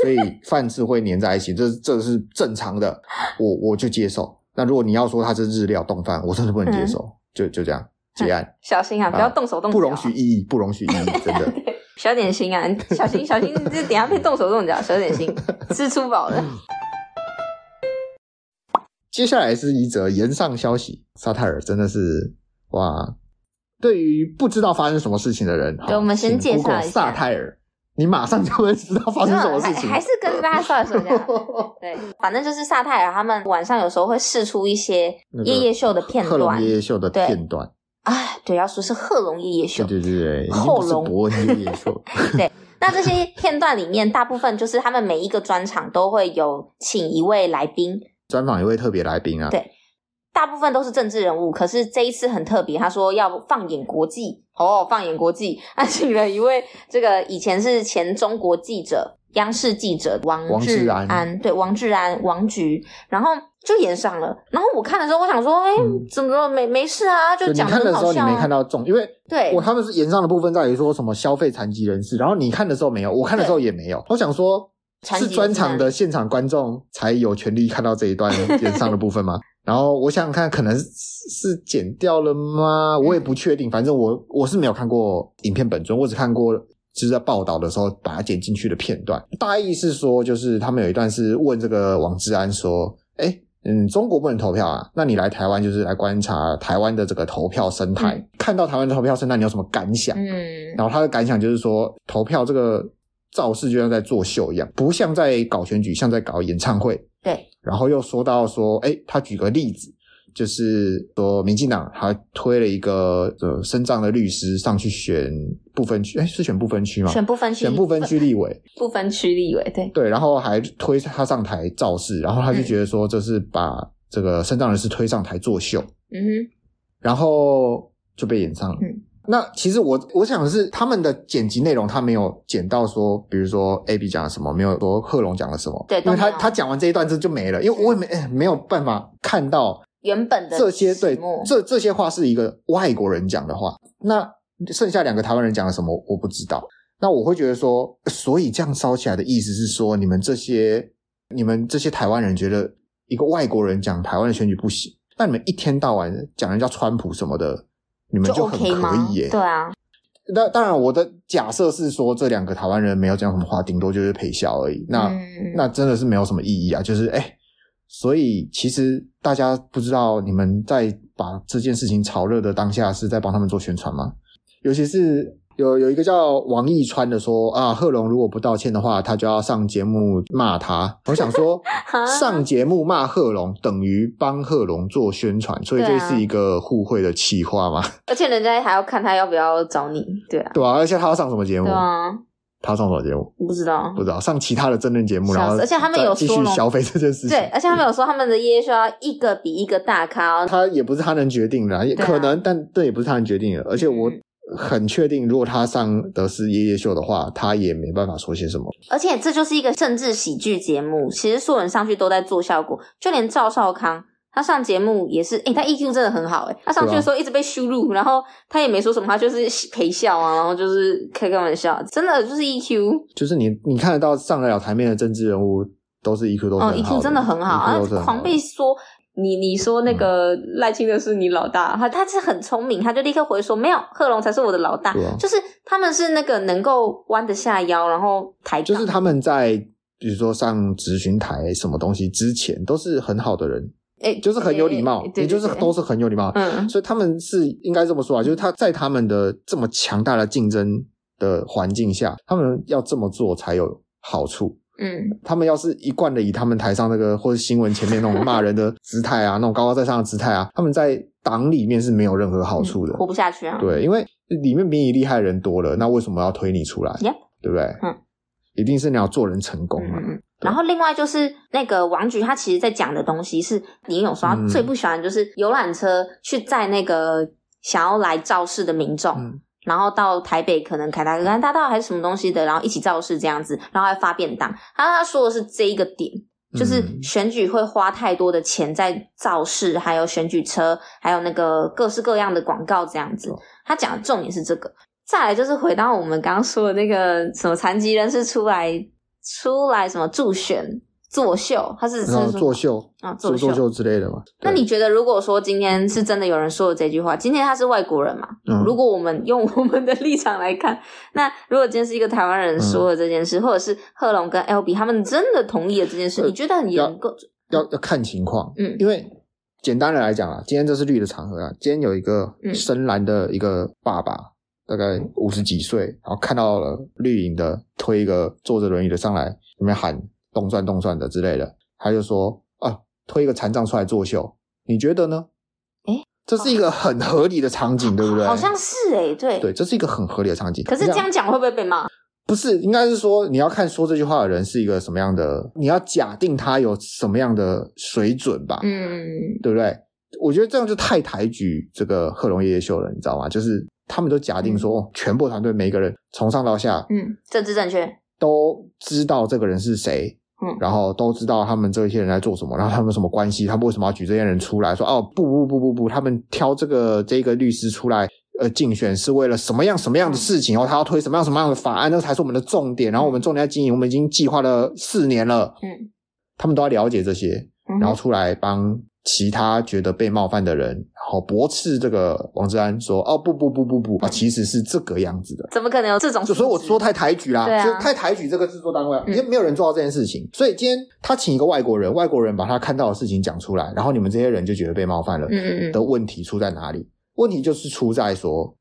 Speaker 3: 所以饭是会粘在一起， 这这是正常的，我我就接受。那如果你要说它是日料冻饭，我真的不能接受，就就这样结案，
Speaker 2: 小心啊，不要动手动脚啊、
Speaker 3: 不容许异议，不容许异议，真的。
Speaker 2: 小点心 啊，你小心小心，你这等下被动手动脚。小点心，吃粗饱了。
Speaker 3: 接下来是一则延上消息，沙泰尔真的是哇！对于不知道发生什么事情的人，
Speaker 2: 对我们先
Speaker 3: 请
Speaker 2: 介绍
Speaker 3: Google
Speaker 2: 一下
Speaker 3: 沙泰尔，你马上就会知道 发生什么事情
Speaker 2: 啊还还。 是跟大家说一说 这样。对，反正就是萨泰尔他们晚上有时候会试出一些
Speaker 3: 那个
Speaker 2: 夜夜秀的片
Speaker 3: 克隆
Speaker 2: 段
Speaker 3: 夜夜秀的
Speaker 2: 对
Speaker 3: 片段，
Speaker 2: 哎，对，要说是贺龙夜夜秀
Speaker 3: 对。对对对，已经
Speaker 2: 后
Speaker 3: 不是
Speaker 2: 龙
Speaker 3: 伯恩夜 夜秀，
Speaker 2: 那这些片段里面，大部分就是他们每一个专场都会有请一位来宾，
Speaker 3: 专访一位特别来宾啊，
Speaker 2: 对大部分都是政治人物。可是这一次很特别，他说要放眼国际哦，放眼国际，他请了一位这个以前是前中国记者、央视记者王
Speaker 3: 王
Speaker 2: 志
Speaker 3: 志安
Speaker 2: 对王志安王局，然后就演上了。然后我看的时候，我想说，哎、
Speaker 3: 嗯
Speaker 2: 怎么了？没没事啊，就
Speaker 3: 就你
Speaker 2: 讲得
Speaker 3: 看的
Speaker 2: 很
Speaker 3: 时
Speaker 2: 好
Speaker 3: 候你
Speaker 2: 笑、啊。
Speaker 3: 没看到重，因为
Speaker 2: 对
Speaker 3: 我他们是延上的部分在于说什么消费残疾人士，然后你看的时候没有，我看的时候也没有。我想说，
Speaker 2: 残疾
Speaker 3: 是
Speaker 2: 人士
Speaker 3: 专场的现场观众才有权利看到这一段延上的 部分吗？然后我想想看，可能是是剪掉了吗？我也不确定，反正我我是没有看过影片本尊，我只看过就是在报道的时候把它剪进去的片段。大意是说，就是他们有一段是问这个王志安说：“哎，嗯，中国不能投票啊，那你来台湾就是来观察台湾的这个投票生态，看到台湾的投票生态，你有什么感想？”
Speaker 2: 嗯，
Speaker 3: 然后他的感想就是说，投票这个造势就像在作秀一样，不像在搞选举，像在搞演唱会。
Speaker 2: 对，
Speaker 3: 然后又说到说，哎，他举个例子，就是说民进党他推了一个呃身障的律师上去选不分区，哎，是选不分区吗？
Speaker 2: 选不分区，
Speaker 3: 选不分区立委，
Speaker 2: 不分区立委，对，
Speaker 3: 对，然后还推他上台造势，然后他就觉得说这是把这个身障人士推上台作秀，
Speaker 2: 嗯哼，
Speaker 3: 然后就被演上了。
Speaker 2: 嗯
Speaker 3: 那其实我我想的是他们的剪辑内容，他没有剪到说，比如说 A B 讲了什么，没有说贺龙讲了什么，
Speaker 2: 对
Speaker 3: 因为他
Speaker 2: 都没有
Speaker 3: 他讲完这一段之后就没了，因为我也没、哎没有办法看到
Speaker 2: 原本的
Speaker 3: 这些对
Speaker 2: 题目
Speaker 3: 这这些话是一个外国人讲的话，那剩下两个台湾人讲了什么我不知道。那我会觉得说，所以这样烧起来的意思是说，你们这些你们这些台湾人觉得一个外国人讲台湾的选举不行，那你们一天到晚讲人家川普什么的，你们
Speaker 2: 就
Speaker 3: 很
Speaker 2: OK 吗
Speaker 3: 可以耶、？
Speaker 2: 对啊，
Speaker 3: 那当然，我的假设是说这两个台湾人没有讲什么话，顶多就是陪笑而已。那、
Speaker 2: 嗯
Speaker 3: 那真的是没有什么意义啊，就是哎、所以其实大家不知道你们在把这件事情炒热的当下是在帮他们做宣传吗？尤其是有有一个叫王一川的说啊，贺龙如果不道歉的话，他就要上节目骂他。我想 说
Speaker 2: 哈，
Speaker 3: 上节目骂贺龙等于帮贺龙做宣传，所以
Speaker 2: 对
Speaker 3: 这
Speaker 2: 啊
Speaker 3: 是一个互惠的企划嘛，
Speaker 2: 而且人家还要看他要不要找你，对啊，
Speaker 3: 对吧、而且他要上什么节目？
Speaker 2: 对啊，
Speaker 3: 他上什么节目？
Speaker 2: 我不知道
Speaker 3: 不。知道上其他的政论节目，
Speaker 2: 笑死
Speaker 3: 然后
Speaker 2: 而且他们有
Speaker 3: 再继
Speaker 2: 说
Speaker 3: 续
Speaker 2: 了
Speaker 3: 消费这件事情。
Speaker 2: 对，而且他们有说他们的夜夜秀要一个比一个大咖、哦，
Speaker 3: 他也不是他能决定的啊，也
Speaker 2: 对啊嗯
Speaker 3: 可能，但这也不是他能决定的。而且我很确定，如果他上的是夜夜秀的话，他也没办法说些什么。
Speaker 2: 而且这就是一个政治喜剧节目，其实所有人上去都在做效果，就连赵少康。他上节目也是，诶、他 EQ 真的很好、诶他上去的时候一直被羞辱，然后他也没说什么，他就是陪笑啊，然后就是开开玩笑，真的就是 E EQ，
Speaker 3: 就是你你看得到上得了台面的政治人物，都是 EQ 都是
Speaker 2: 哦
Speaker 3: 很好
Speaker 2: ，EQ 真的很好啊
Speaker 3: ，EQ 都是，很好嗯
Speaker 2: 狂被说。你你说那个赖清德是你老大，他他是很聪明，他就立刻回说没有，贺龙才是我的老大。
Speaker 3: 对啊
Speaker 2: 就是他们是那个能够弯得下腰，然后抬
Speaker 3: 就
Speaker 2: 杠。
Speaker 3: 是他们在比如说上咨询台什么东西之前，都是很好的人，
Speaker 2: 哎、
Speaker 3: 就是很有礼貌
Speaker 2: 哎，对
Speaker 3: 也就是
Speaker 2: 对对
Speaker 3: 都是很有礼貌。
Speaker 2: 嗯，
Speaker 3: 所以他们是应该这么说啊，就是他在他们的这么强大的竞争的环境下，他们要这么做才有好处。
Speaker 2: 嗯，
Speaker 3: 他们要是一贯的以他们台上那个或者新闻前面那种骂人的姿态啊，那种高高在上的姿态啊，他们在党里面是没有任何好处的。
Speaker 2: 活不下去啊。
Speaker 3: 对，因为里面比你厉害的人多了，那为什么要推你出来
Speaker 2: Yep
Speaker 3: 对不对？
Speaker 2: 嗯，
Speaker 3: 一定是你要做人成功
Speaker 2: 嗯
Speaker 3: 嘛。
Speaker 2: 嗯嗯。然后另外就是那个王局，他其实在讲的东西是，你有说他
Speaker 3: 嗯
Speaker 2: 最不喜欢就是游览车去载那个想要来肇事的民众，
Speaker 3: 嗯
Speaker 2: 然后到台北可能凯达格兰大道还是什么东西的，然后一起肇事这样子，然后还发便当。他他说的是这一个点，就是
Speaker 3: 嗯
Speaker 2: 选举会花太多的钱在造势，还有选举车，还有那个各式各样的广告这样子。
Speaker 3: 哦
Speaker 2: 他讲的重点是这个。再来就是回到我们刚刚说的那个什么残疾人士出来出来什么助选作秀，他是
Speaker 3: 然后
Speaker 2: 是说
Speaker 3: 嗯作秀、
Speaker 2: 啊作
Speaker 3: 做
Speaker 2: 秀
Speaker 3: 作。秀之类的嘛。
Speaker 2: 那
Speaker 3: 对
Speaker 2: 你觉得，如果说今天是真的有人说了这句话，今天他是外国人嘛？
Speaker 3: 嗯
Speaker 2: 如果我们用我们的立场来看，那如果今天是一个台湾人说了这件事，或者是贺龙跟 L B 他们真的同意了这件事，
Speaker 3: 呃
Speaker 2: 你觉得很
Speaker 3: 要
Speaker 2: 严格？
Speaker 3: 要要看情况，
Speaker 2: 嗯
Speaker 3: 因为简单的来讲啊，今天这是绿的场合啊，今天有一个
Speaker 2: 嗯
Speaker 3: 深蓝的一个爸爸，大概五十几岁，然后看到了绿营的推一个坐着轮椅的上来，里面喊动转动转的之类的，他就说啊，推一个残障出来作秀，你觉得呢？
Speaker 2: 诶
Speaker 3: 这是一个很合理的场景，对不对？
Speaker 2: 好像是哎、对。
Speaker 3: 对，这是一个很合理的场景。
Speaker 2: 可是
Speaker 3: 你
Speaker 2: 这
Speaker 3: 想
Speaker 2: 样讲会不会被骂？
Speaker 3: 不是，应该是说你要看说这句话的人是一个什么样的，你要假定他有什么样的水准吧，
Speaker 2: 嗯，
Speaker 3: 对不对？我觉得这样就太抬举这个贺龙夜夜秀了，你知道吗？就是他们都假定说，哦，全部团队每一个人从上到下
Speaker 2: 嗯，政治正确。
Speaker 3: 都知道这个人是谁，
Speaker 2: 嗯
Speaker 3: 然后都知道他们这些人在做什么，然后他们有什么关系，他们为什么要举这些人出来说，哦，不不不不不，他们挑这个这个律师出来。呃，竞选是为了什么样什么样的事情？然后他要推什么样什么样的法案，那才是我们的重点。然后我们重点在经营，我们已经计划了四年了。
Speaker 2: 嗯，
Speaker 3: 他们都要了解这些，
Speaker 2: 嗯哼
Speaker 3: 然后出来帮其他觉得被冒犯的人，然后驳斥这个王志安说：“哦，不不不不不啊，其实是这个样子的。”
Speaker 2: 怎么可能有这种素
Speaker 3: 就
Speaker 2: 质？
Speaker 3: 所以我说太抬举啦，
Speaker 2: 对啊
Speaker 3: 就太抬举这个制作单位啊，
Speaker 2: 嗯
Speaker 3: 因为没有人做到这件事情，所以今天他请一个外国人，外国人把他看到的事情讲出来，然后你们这些人就觉得被冒犯了，
Speaker 2: 嗯嗯嗯，
Speaker 3: 的问题出在哪里？问题就是出在说，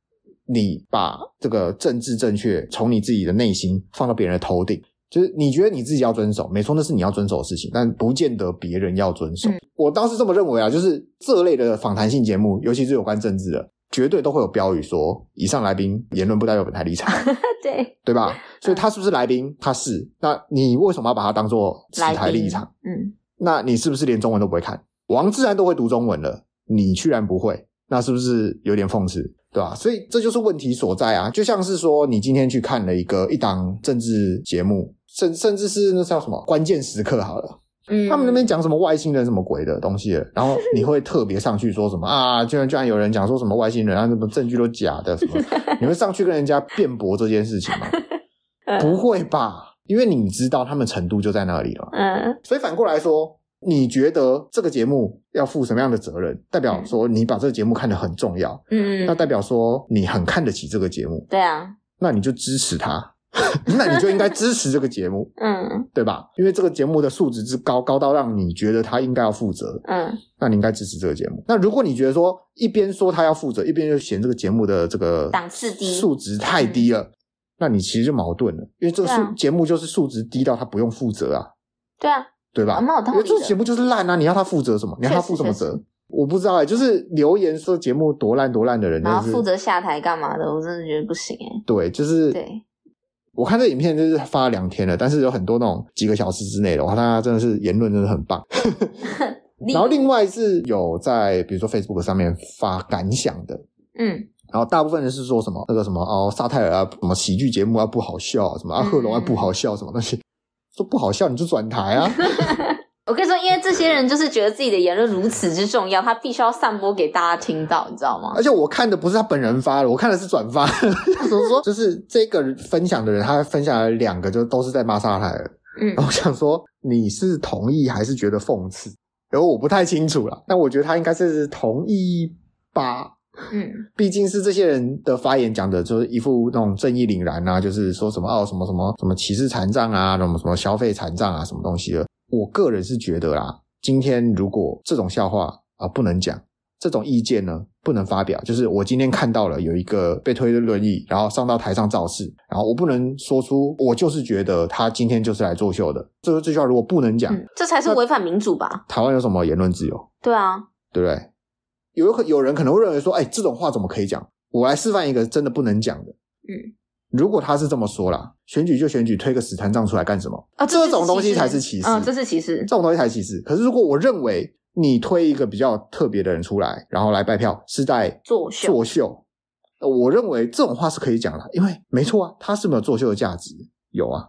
Speaker 3: 你把这个政治正确从你自己的内心放到别人的头顶，就是你觉得你自己要遵守，没错，那是你要遵守的事情，但不见得别人要遵守。
Speaker 2: 嗯
Speaker 3: 我当时这么认为啊，就是这类的访谈性节目，尤其是有关政治的，绝对都会有标语说：以上来宾言论不代表本台立场。
Speaker 2: 对，
Speaker 3: 对吧？所以
Speaker 2: 嗯
Speaker 3: 他是不是来宾？他是。那你为什么要把他当做持
Speaker 2: 来
Speaker 3: 台
Speaker 2: 宾
Speaker 3: 立场？，
Speaker 2: 嗯，
Speaker 3: 那你是不是连中文都不会看？王自然都会读中文了，你居然不会，那是不是有点讽刺？对吧？所以这就是问题所在啊！就像是说，你今天去看了一个一档政治节目，甚甚至是那叫什么关键时刻好了，
Speaker 2: 嗯，
Speaker 3: 他们那边讲什么外星人什么鬼的东西了，然后你会特别上去说什么啊？居然居然有人讲说什么外星人啊，什么证据都假的什么？你会上去跟人家辩驳这件事情吗？不会吧，因为你知道他们程度就在那里了。
Speaker 2: 嗯
Speaker 3: 所以反过来说，你觉得这个节目要负什么样的责任？代表说你把这个节目看得很重要，
Speaker 2: 嗯
Speaker 3: 那
Speaker 2: 嗯，
Speaker 3: 代表说你很看得起这个节目，
Speaker 2: 对啊，
Speaker 3: 那你就支持他， 那你就应该支持这个节目。
Speaker 2: 嗯
Speaker 3: 对吧？因为这个节目的素质之高，高到让你觉得他应该要负责，
Speaker 2: 嗯
Speaker 3: 那你应该支持这个节目。那如果你觉得说一边说他要负责，一边又嫌这个节目的这个
Speaker 2: 档次低嗯
Speaker 3: 素质太低了，那你其实就矛盾了，因为这个
Speaker 2: 对
Speaker 3: 素
Speaker 2: 啊
Speaker 3: 节目就是素质低到他不用负责啊，
Speaker 2: 对啊，
Speaker 3: 对吧？
Speaker 2: 啊蛮有道
Speaker 3: 因为
Speaker 2: 理
Speaker 3: 这个节
Speaker 2: 的。
Speaker 3: 目就是烂啊，你要他负责什么？你要他负什么
Speaker 2: 确
Speaker 3: 责
Speaker 2: 实？
Speaker 3: 我不知道哎、就是留言说节目多烂多烂的人，
Speaker 2: 然后
Speaker 3: 就是
Speaker 2: 负责下台干嘛的？我真的觉得不行哎、
Speaker 3: 对，就是
Speaker 2: 对。
Speaker 3: 我看这影片就是发了两天了，但是有很多那种几个小时之内的，我看他真的是言论真的很棒。然后另外是有在比如说 Facebook 上面发感想的，
Speaker 2: 嗯
Speaker 3: 然后大部分人是说什么那个什么哦，沙泰尔啊，什么喜剧节目啊不好笑啊，什么啊
Speaker 2: 嗯
Speaker 3: 贺龙啊不好笑什么东西，说不好笑你就转台啊，
Speaker 2: 我跟你说，因为这些人就是觉得自己的言论如此之重要，他必须要散播给大家听到，你知道吗？
Speaker 3: 而且我看的不是他本人发的，我看的是转发，怎么说？就是这个分享的人，他分享了两个，就都是在骂沙泰尔，
Speaker 2: 嗯
Speaker 3: 然后我想说你是同意还是觉得讽刺？然后我不太清楚了，但我觉得他应该是同意吧，
Speaker 2: 嗯
Speaker 3: 毕竟是这些人的发言讲的，就是一副那种正义凛然啊，就是说什么哦什么什么什么歧视残障啊，什么什么消费残障啊，什么东西的。我个人是觉得啦，今天如果这种笑话啊不能讲，这种意见呢不能发表。就是我今天看到了有一个被推的轮椅，然后上到台上造势，然后我不能说出我就是觉得他今天就是来作秀的。这个这句话如果不能讲，
Speaker 2: 嗯，这才是违反民主吧？
Speaker 3: 台湾有什么言论自由？
Speaker 2: 对啊，
Speaker 3: 对不对？有可有人可能会认为说，哎，这种话怎么可以讲？我来示范一个真的不能讲的。
Speaker 2: 嗯，
Speaker 3: 如果他是这么说啦，选举就选举，推个死摊账出来干什么？
Speaker 2: 啊，
Speaker 3: 这
Speaker 2: 这
Speaker 3: 种东西才是
Speaker 2: 是
Speaker 3: 歧
Speaker 2: 歧
Speaker 3: 视
Speaker 2: 视，嗯，这是歧视
Speaker 3: 这，种东西才歧视。可是如果我认为你推一个比较特别的人出来，然后来拜票，是在
Speaker 2: 作秀
Speaker 3: 作秀，呃我认为这种话是可以讲的，因为没错啊，他是没有作秀的价值，有啊。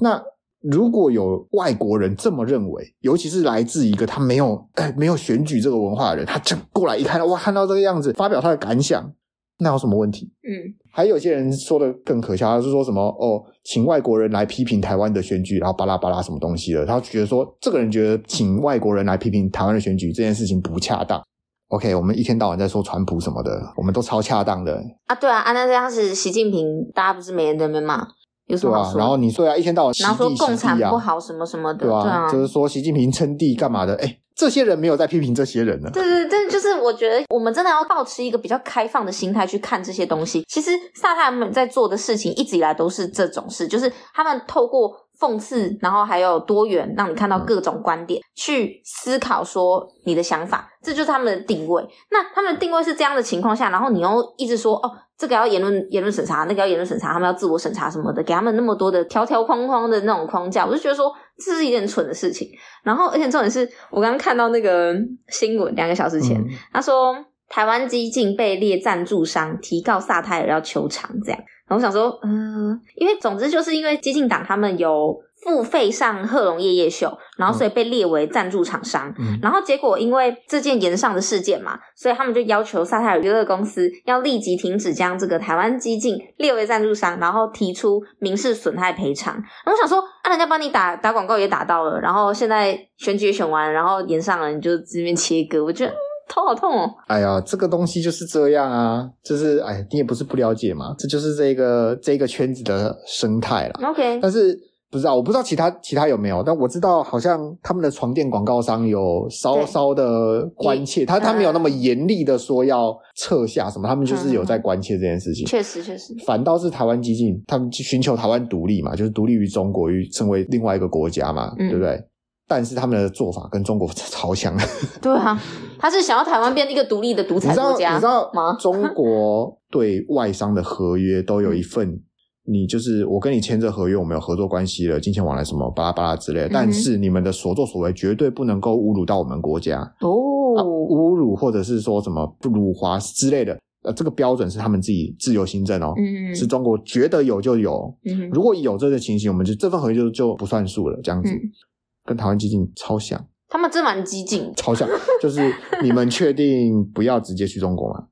Speaker 3: 那如果有外国人这么认为，尤其是来自一个他没有哎没有选举这个文化的人，他这过来一看，哇，看到这个样子，发表他的感想，那有什么问题？
Speaker 4: 嗯，
Speaker 3: 还有些人说的更可笑，他是说什么哦，请外国人来批评台湾的选举，然后巴拉巴拉什么东西的，他觉得说这个人觉得请外国人来批评台湾的选举这件事情不恰当。OK，我们一天到晚在说川普什么的，我们都超恰当的，
Speaker 2: 啊，对啊，啊，那这样是习近平，大家不是每人在那边骂，有什
Speaker 3: 对
Speaker 2: 么好
Speaker 3: 啊，
Speaker 2: 说的？
Speaker 3: 然后你对啊，一天到晚
Speaker 2: 然后
Speaker 3: 洗
Speaker 2: 说
Speaker 3: 地
Speaker 2: 共
Speaker 3: 洗地
Speaker 2: 产
Speaker 3: 啊
Speaker 2: 不好什么什么的，
Speaker 3: 对
Speaker 2: 对
Speaker 3: 啊，就是说习近平称帝干嘛的？哎，这些人没有在批评这些人呢。
Speaker 2: 对对，但就是我觉得我们真的要保持一个比较开放的心态去看这些东西。其实萨他们在做的事情一直以来都是这种事，就是他们透过讽刺，然后还有多元，让你看到
Speaker 3: 嗯
Speaker 2: 各种观点，去思考说你的想法，这就是他们的定位。那他们的定位是这样的情况下，然后你又一直说哦，这个要言论言论审查，那个要言论审查，他们要自我审查什么的，给他们那么多的条条框框的那种框架，我就觉得说这是一件蠢的事情。然后，而且重点是我刚刚看到那个新闻，两个小时前、
Speaker 3: 嗯
Speaker 2: 他说台湾激进被列赞助商，提告萨泰尔要求偿，这样。然后我想说，嗯、因为总之就是因为激进党他们有付费上贺龙夜夜秀，然后所以被列为赞助厂商。
Speaker 3: 嗯，
Speaker 2: 然后结果因为这件延上的事件嘛，所以他们就要求萨泰尔娱乐公司要立即停止将这个台湾激进列为赞助商，然后提出民事损害赔偿。然后我想说，啊，人家帮你打打广告也打到了，然后现在选举也选完，然后延上了，你就这边切割，我觉得、嗯、头好痛哦。
Speaker 3: 哎呀，这个东西就是这样啊，就是哎，你也不是不了解嘛，这就是这个这个圈子的生态啦。
Speaker 2: OK，
Speaker 3: 但是不知道，我不知道其他其他有没有，但我知道好像他们的床垫广告商有稍
Speaker 2: 对嗯
Speaker 3: 稍的关切，他他没有那么严厉的说要撤下什么，他们就是有在关切这件事情。
Speaker 2: 确实确实，
Speaker 3: 反倒是台湾激进，他们去寻求台湾独立嘛，就是独立于中国，于成为另外一个国家嘛，
Speaker 2: 嗯
Speaker 3: 对不对？但是他们的做法跟中国 超像，
Speaker 2: 对啊，他是想要台湾变成一个独立的独
Speaker 3: 你
Speaker 2: 裁
Speaker 3: 知道
Speaker 2: 国
Speaker 3: 你
Speaker 2: 家
Speaker 3: 知道
Speaker 2: 吗？
Speaker 3: 中国对外商的合约都有一份，你就是我跟你签这合约，我们有合作关系了，金钱往来什么巴拉巴拉之类的，
Speaker 2: 嗯
Speaker 3: 但是你们的所作所为绝对不能够侮辱到我们国家，啊
Speaker 2: 哦，
Speaker 3: 侮辱或者是说什么不辱华之类的，呃，这个标准是他们自己自由行政哦，
Speaker 2: 嗯
Speaker 3: 是中国觉得有就有，
Speaker 2: 嗯哼，
Speaker 3: 如果有这个情形，我们就这份合约就就不算数了，这样子。
Speaker 2: 嗯
Speaker 3: 跟台湾激进超像，
Speaker 2: 他们真蛮激进的，
Speaker 3: 超像， 就是你们确定不要直接去 中国吗？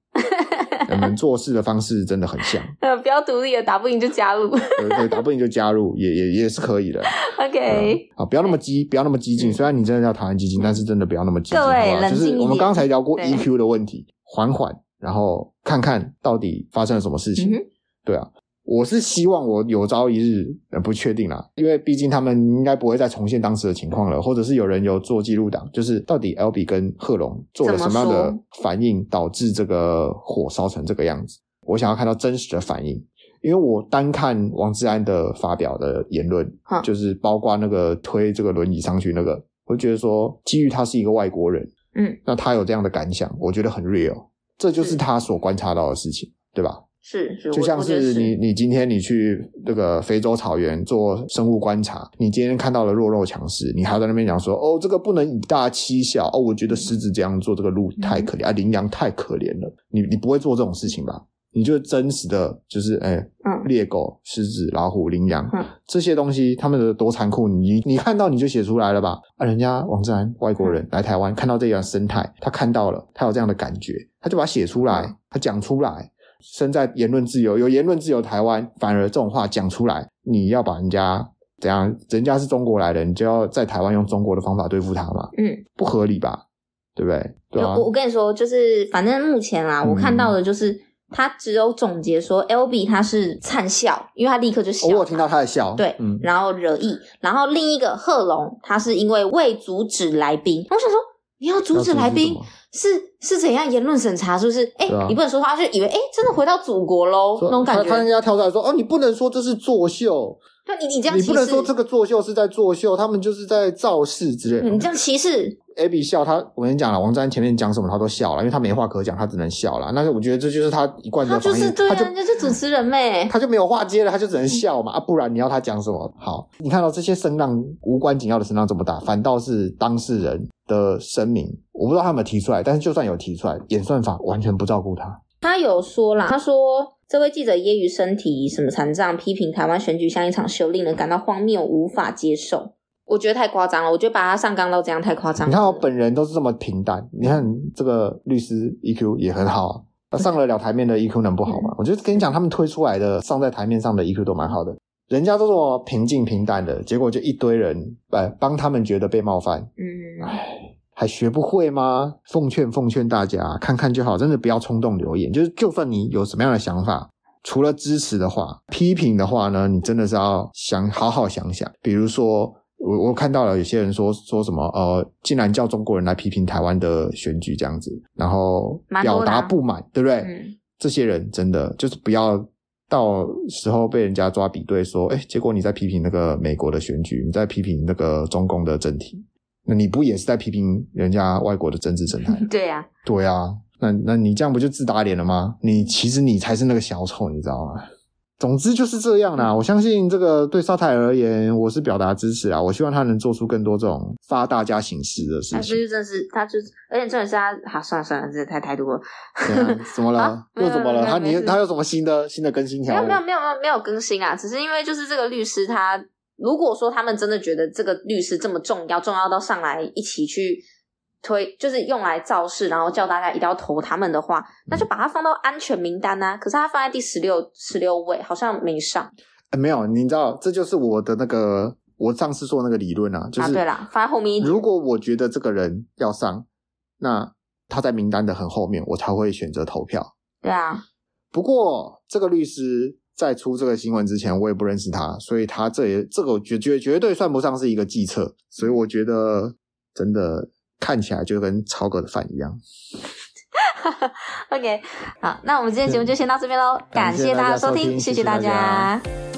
Speaker 3: 你们做事的方式真的很像，
Speaker 2: 呃，不要独立了，打不赢就加入。
Speaker 3: 对对，打不赢就加入，也也也是可以的。嗯
Speaker 2: OK，、
Speaker 3: 啊，不要那么激，不要那么激进。虽然你真的叫台湾激进，但是真的不要那么激进，
Speaker 2: 各
Speaker 3: 好
Speaker 2: 位
Speaker 3: 不好？
Speaker 2: 嗯冷
Speaker 3: 就
Speaker 2: 静
Speaker 3: 是我们
Speaker 2: 一点
Speaker 3: 刚才聊过
Speaker 2: 对
Speaker 3: EQ 的问题，缓缓，然后看看到底发生了什么事情。
Speaker 2: 嗯哼
Speaker 3: 对啊，我是希望我有朝一日，呃，不确定啦，因为毕竟他们应该不会再重现当时的情况了，或者是有人有做记录档，就是到底 L B 跟贺龙做了什么样
Speaker 2: 怎么
Speaker 3: 的
Speaker 2: 说
Speaker 3: 反应，导致这个火烧成这个样子。我想要看到真实的反应，因为我单看王志安的发表的言论
Speaker 2: 哼，
Speaker 3: 就是包括那个推这个轮椅上去那个，我就觉得说，基于他是一个外国人，
Speaker 2: 嗯，
Speaker 3: 那他有这样的感想，我觉得很 real，这就是
Speaker 2: 是
Speaker 3: 他所观察到的事情，对吧？
Speaker 2: 是是，
Speaker 3: 就
Speaker 2: 我
Speaker 3: 像
Speaker 2: 我觉得
Speaker 3: 是
Speaker 2: 是
Speaker 3: 你你今天你去那个非洲草原做生物观察，你今天看到了弱肉强食，你还要在那边讲说哦，这个不能以大欺小哦，我觉得狮子这样做这个鹿
Speaker 2: 嗯
Speaker 3: 太可怜、啊，羚羊太可怜了，你你不会做这种事情吧？你就真实的就是哎，
Speaker 2: 嗯
Speaker 3: 猎狗、狮子、老虎、羚羊、
Speaker 2: 嗯
Speaker 3: 这些东西，他们的多残酷，你你看到你就写出来了吧？啊，人家王志安外国人
Speaker 2: 嗯
Speaker 3: 来台湾看到这样的生态，他看到了，他有这样的感觉，他就把它写出
Speaker 2: 嗯
Speaker 3: 来，他讲出来。身在言论自由，有言论自由，台湾反而这种话讲出来，你要把人家怎样？人家是中国来的，你就要在台湾用中国的方法对付他嘛？
Speaker 2: 嗯，
Speaker 3: 不合理吧？对不对？对啊
Speaker 2: 我，我跟你说，就是反正目前啦，
Speaker 3: 嗯
Speaker 2: 我看到的就是他只有总结说，L B 他是灿笑，因为他立刻就笑
Speaker 3: 偶。哦尔听到他的笑，
Speaker 2: 对，
Speaker 3: 嗯，
Speaker 2: 然后惹意，然后另一个贺龙，他是因为未阻止来宾。我想说，你要阻止来宾
Speaker 3: 要阻
Speaker 2: 是是怎样言论审查？是不是？哎、
Speaker 3: 对啊
Speaker 2: 你不能说他就以为哎、真的回到祖国喽
Speaker 3: 说
Speaker 2: 那种感
Speaker 3: 他他人
Speaker 2: 觉。
Speaker 3: 家跳出来说：“哦，你不能说这是作秀，
Speaker 2: 那你你这样
Speaker 3: 你
Speaker 2: 歧
Speaker 3: 不能
Speaker 2: 视，
Speaker 3: 说这个作秀是在作秀，他们就是在造势之类的。
Speaker 2: 嗯你这样歧视，
Speaker 3: Abby 笑他，我跟你讲了，王詹前面讲什么他都笑了，因为他没话可讲，他只能笑了。但是我觉得这就是他一贯
Speaker 2: 他
Speaker 3: 的
Speaker 2: 就
Speaker 3: 反
Speaker 2: 是
Speaker 3: 应，
Speaker 2: 对
Speaker 3: 他
Speaker 2: 啊，
Speaker 3: 就
Speaker 2: 人家是主持人呗。
Speaker 3: 他就没有话接了，他就只能笑嘛啊，不然你要他讲什么？好，你看到这些声浪无关紧要的声浪这么大，反倒是当事人的声明，我不知道他有没有提出来，但是就算有提出来，演算法完全不照顾他。
Speaker 2: 他有说啦，他说这位记者揶揄身体什么残障，批评台湾选举像一场修令，人感到荒谬，无法接受。我觉得太夸张了，我觉得把他上纲到这样太夸张了。
Speaker 3: 你看我本人都是这么平淡，你看这个律师 EQ 也很好啊，那上得了台面的 EQ 能不好
Speaker 2: 嗯
Speaker 3: 吗？我就跟你讲，他们推出来的上在台面上的 EQ 都蛮好的，人家都这么平静平淡的，结果就一堆人呃帮他们觉得被冒犯，
Speaker 2: 嗯，
Speaker 3: 哎还学不会吗？奉劝奉劝大家，看看就好，真的不要冲动留言。就是就算你有什么样的想法，除了支持的话，批评的话呢，你真的是要想好好想想。比如说，我我看到了有些人说说什么呃，竟然叫中国人来批评台湾的选举这样子，然后
Speaker 2: 蛮多
Speaker 3: 表
Speaker 2: 的啊
Speaker 3: 达不满，对不对？
Speaker 2: 嗯
Speaker 3: 这些人真的就是不要到时候被人家抓比对说，哎，结果你在批评那个美国的选举，你在批评那个中共的政体，那你不也是在批评人家外国的政治生 态？
Speaker 2: 对呀、
Speaker 3: 对啊，那那你这样不就自打脸了吗？你其实你才是那个小丑，你知道吗？总之就是这样
Speaker 2: 嗯
Speaker 3: 啦。我相信这个对沙泰尔而言，我是表达支持啊。我希望他能做出更多这种发大家形式的事
Speaker 2: 他这
Speaker 3: 情。
Speaker 2: 就真的是，他就，而且重点是他，好、算了算了，这太太多了。
Speaker 3: 怎 样怎么了？
Speaker 2: 啊没
Speaker 3: 又
Speaker 2: 有
Speaker 3: 怎么了？
Speaker 2: 没有
Speaker 3: 他
Speaker 2: 没
Speaker 3: 你
Speaker 2: 事
Speaker 3: 他有什么新的新的更新
Speaker 2: 没
Speaker 3: 条
Speaker 2: 有
Speaker 3: 目？
Speaker 2: 没有没有没有没有更新啊，只是因为就是这个律师他，如果说他们真的觉得这个律师这么重要，重要到上来一起去推，就是用来造势，然后叫大家一定要投他们的话，那就把他放到安全名单啊。可是他放在第十六十六位，好像没上、
Speaker 3: 哎，没有，你知道，这就是我的那个我上次说的那个理论啊，就
Speaker 2: 啊。
Speaker 3: 是、
Speaker 2: 对啦，放在后面一点
Speaker 3: 如果我觉得这个人要上，那他在名单的很后面，我才会选择投票。
Speaker 2: 对啊，
Speaker 3: 不过这个律师在出这个新闻之前，我也不认识他，所以他这也这个我绝绝绝对算不上是一个计策，所以我觉得真的看起来就跟超哥的饭一样。
Speaker 2: OK，好，那我们今天节目就先到这边喽，感
Speaker 3: 感谢
Speaker 2: 谢大
Speaker 3: 大
Speaker 2: 家
Speaker 3: 家
Speaker 2: 收
Speaker 3: 收
Speaker 2: 听，
Speaker 3: 听
Speaker 2: 谢
Speaker 3: 谢谢
Speaker 2: 大
Speaker 3: 大家
Speaker 2: 家。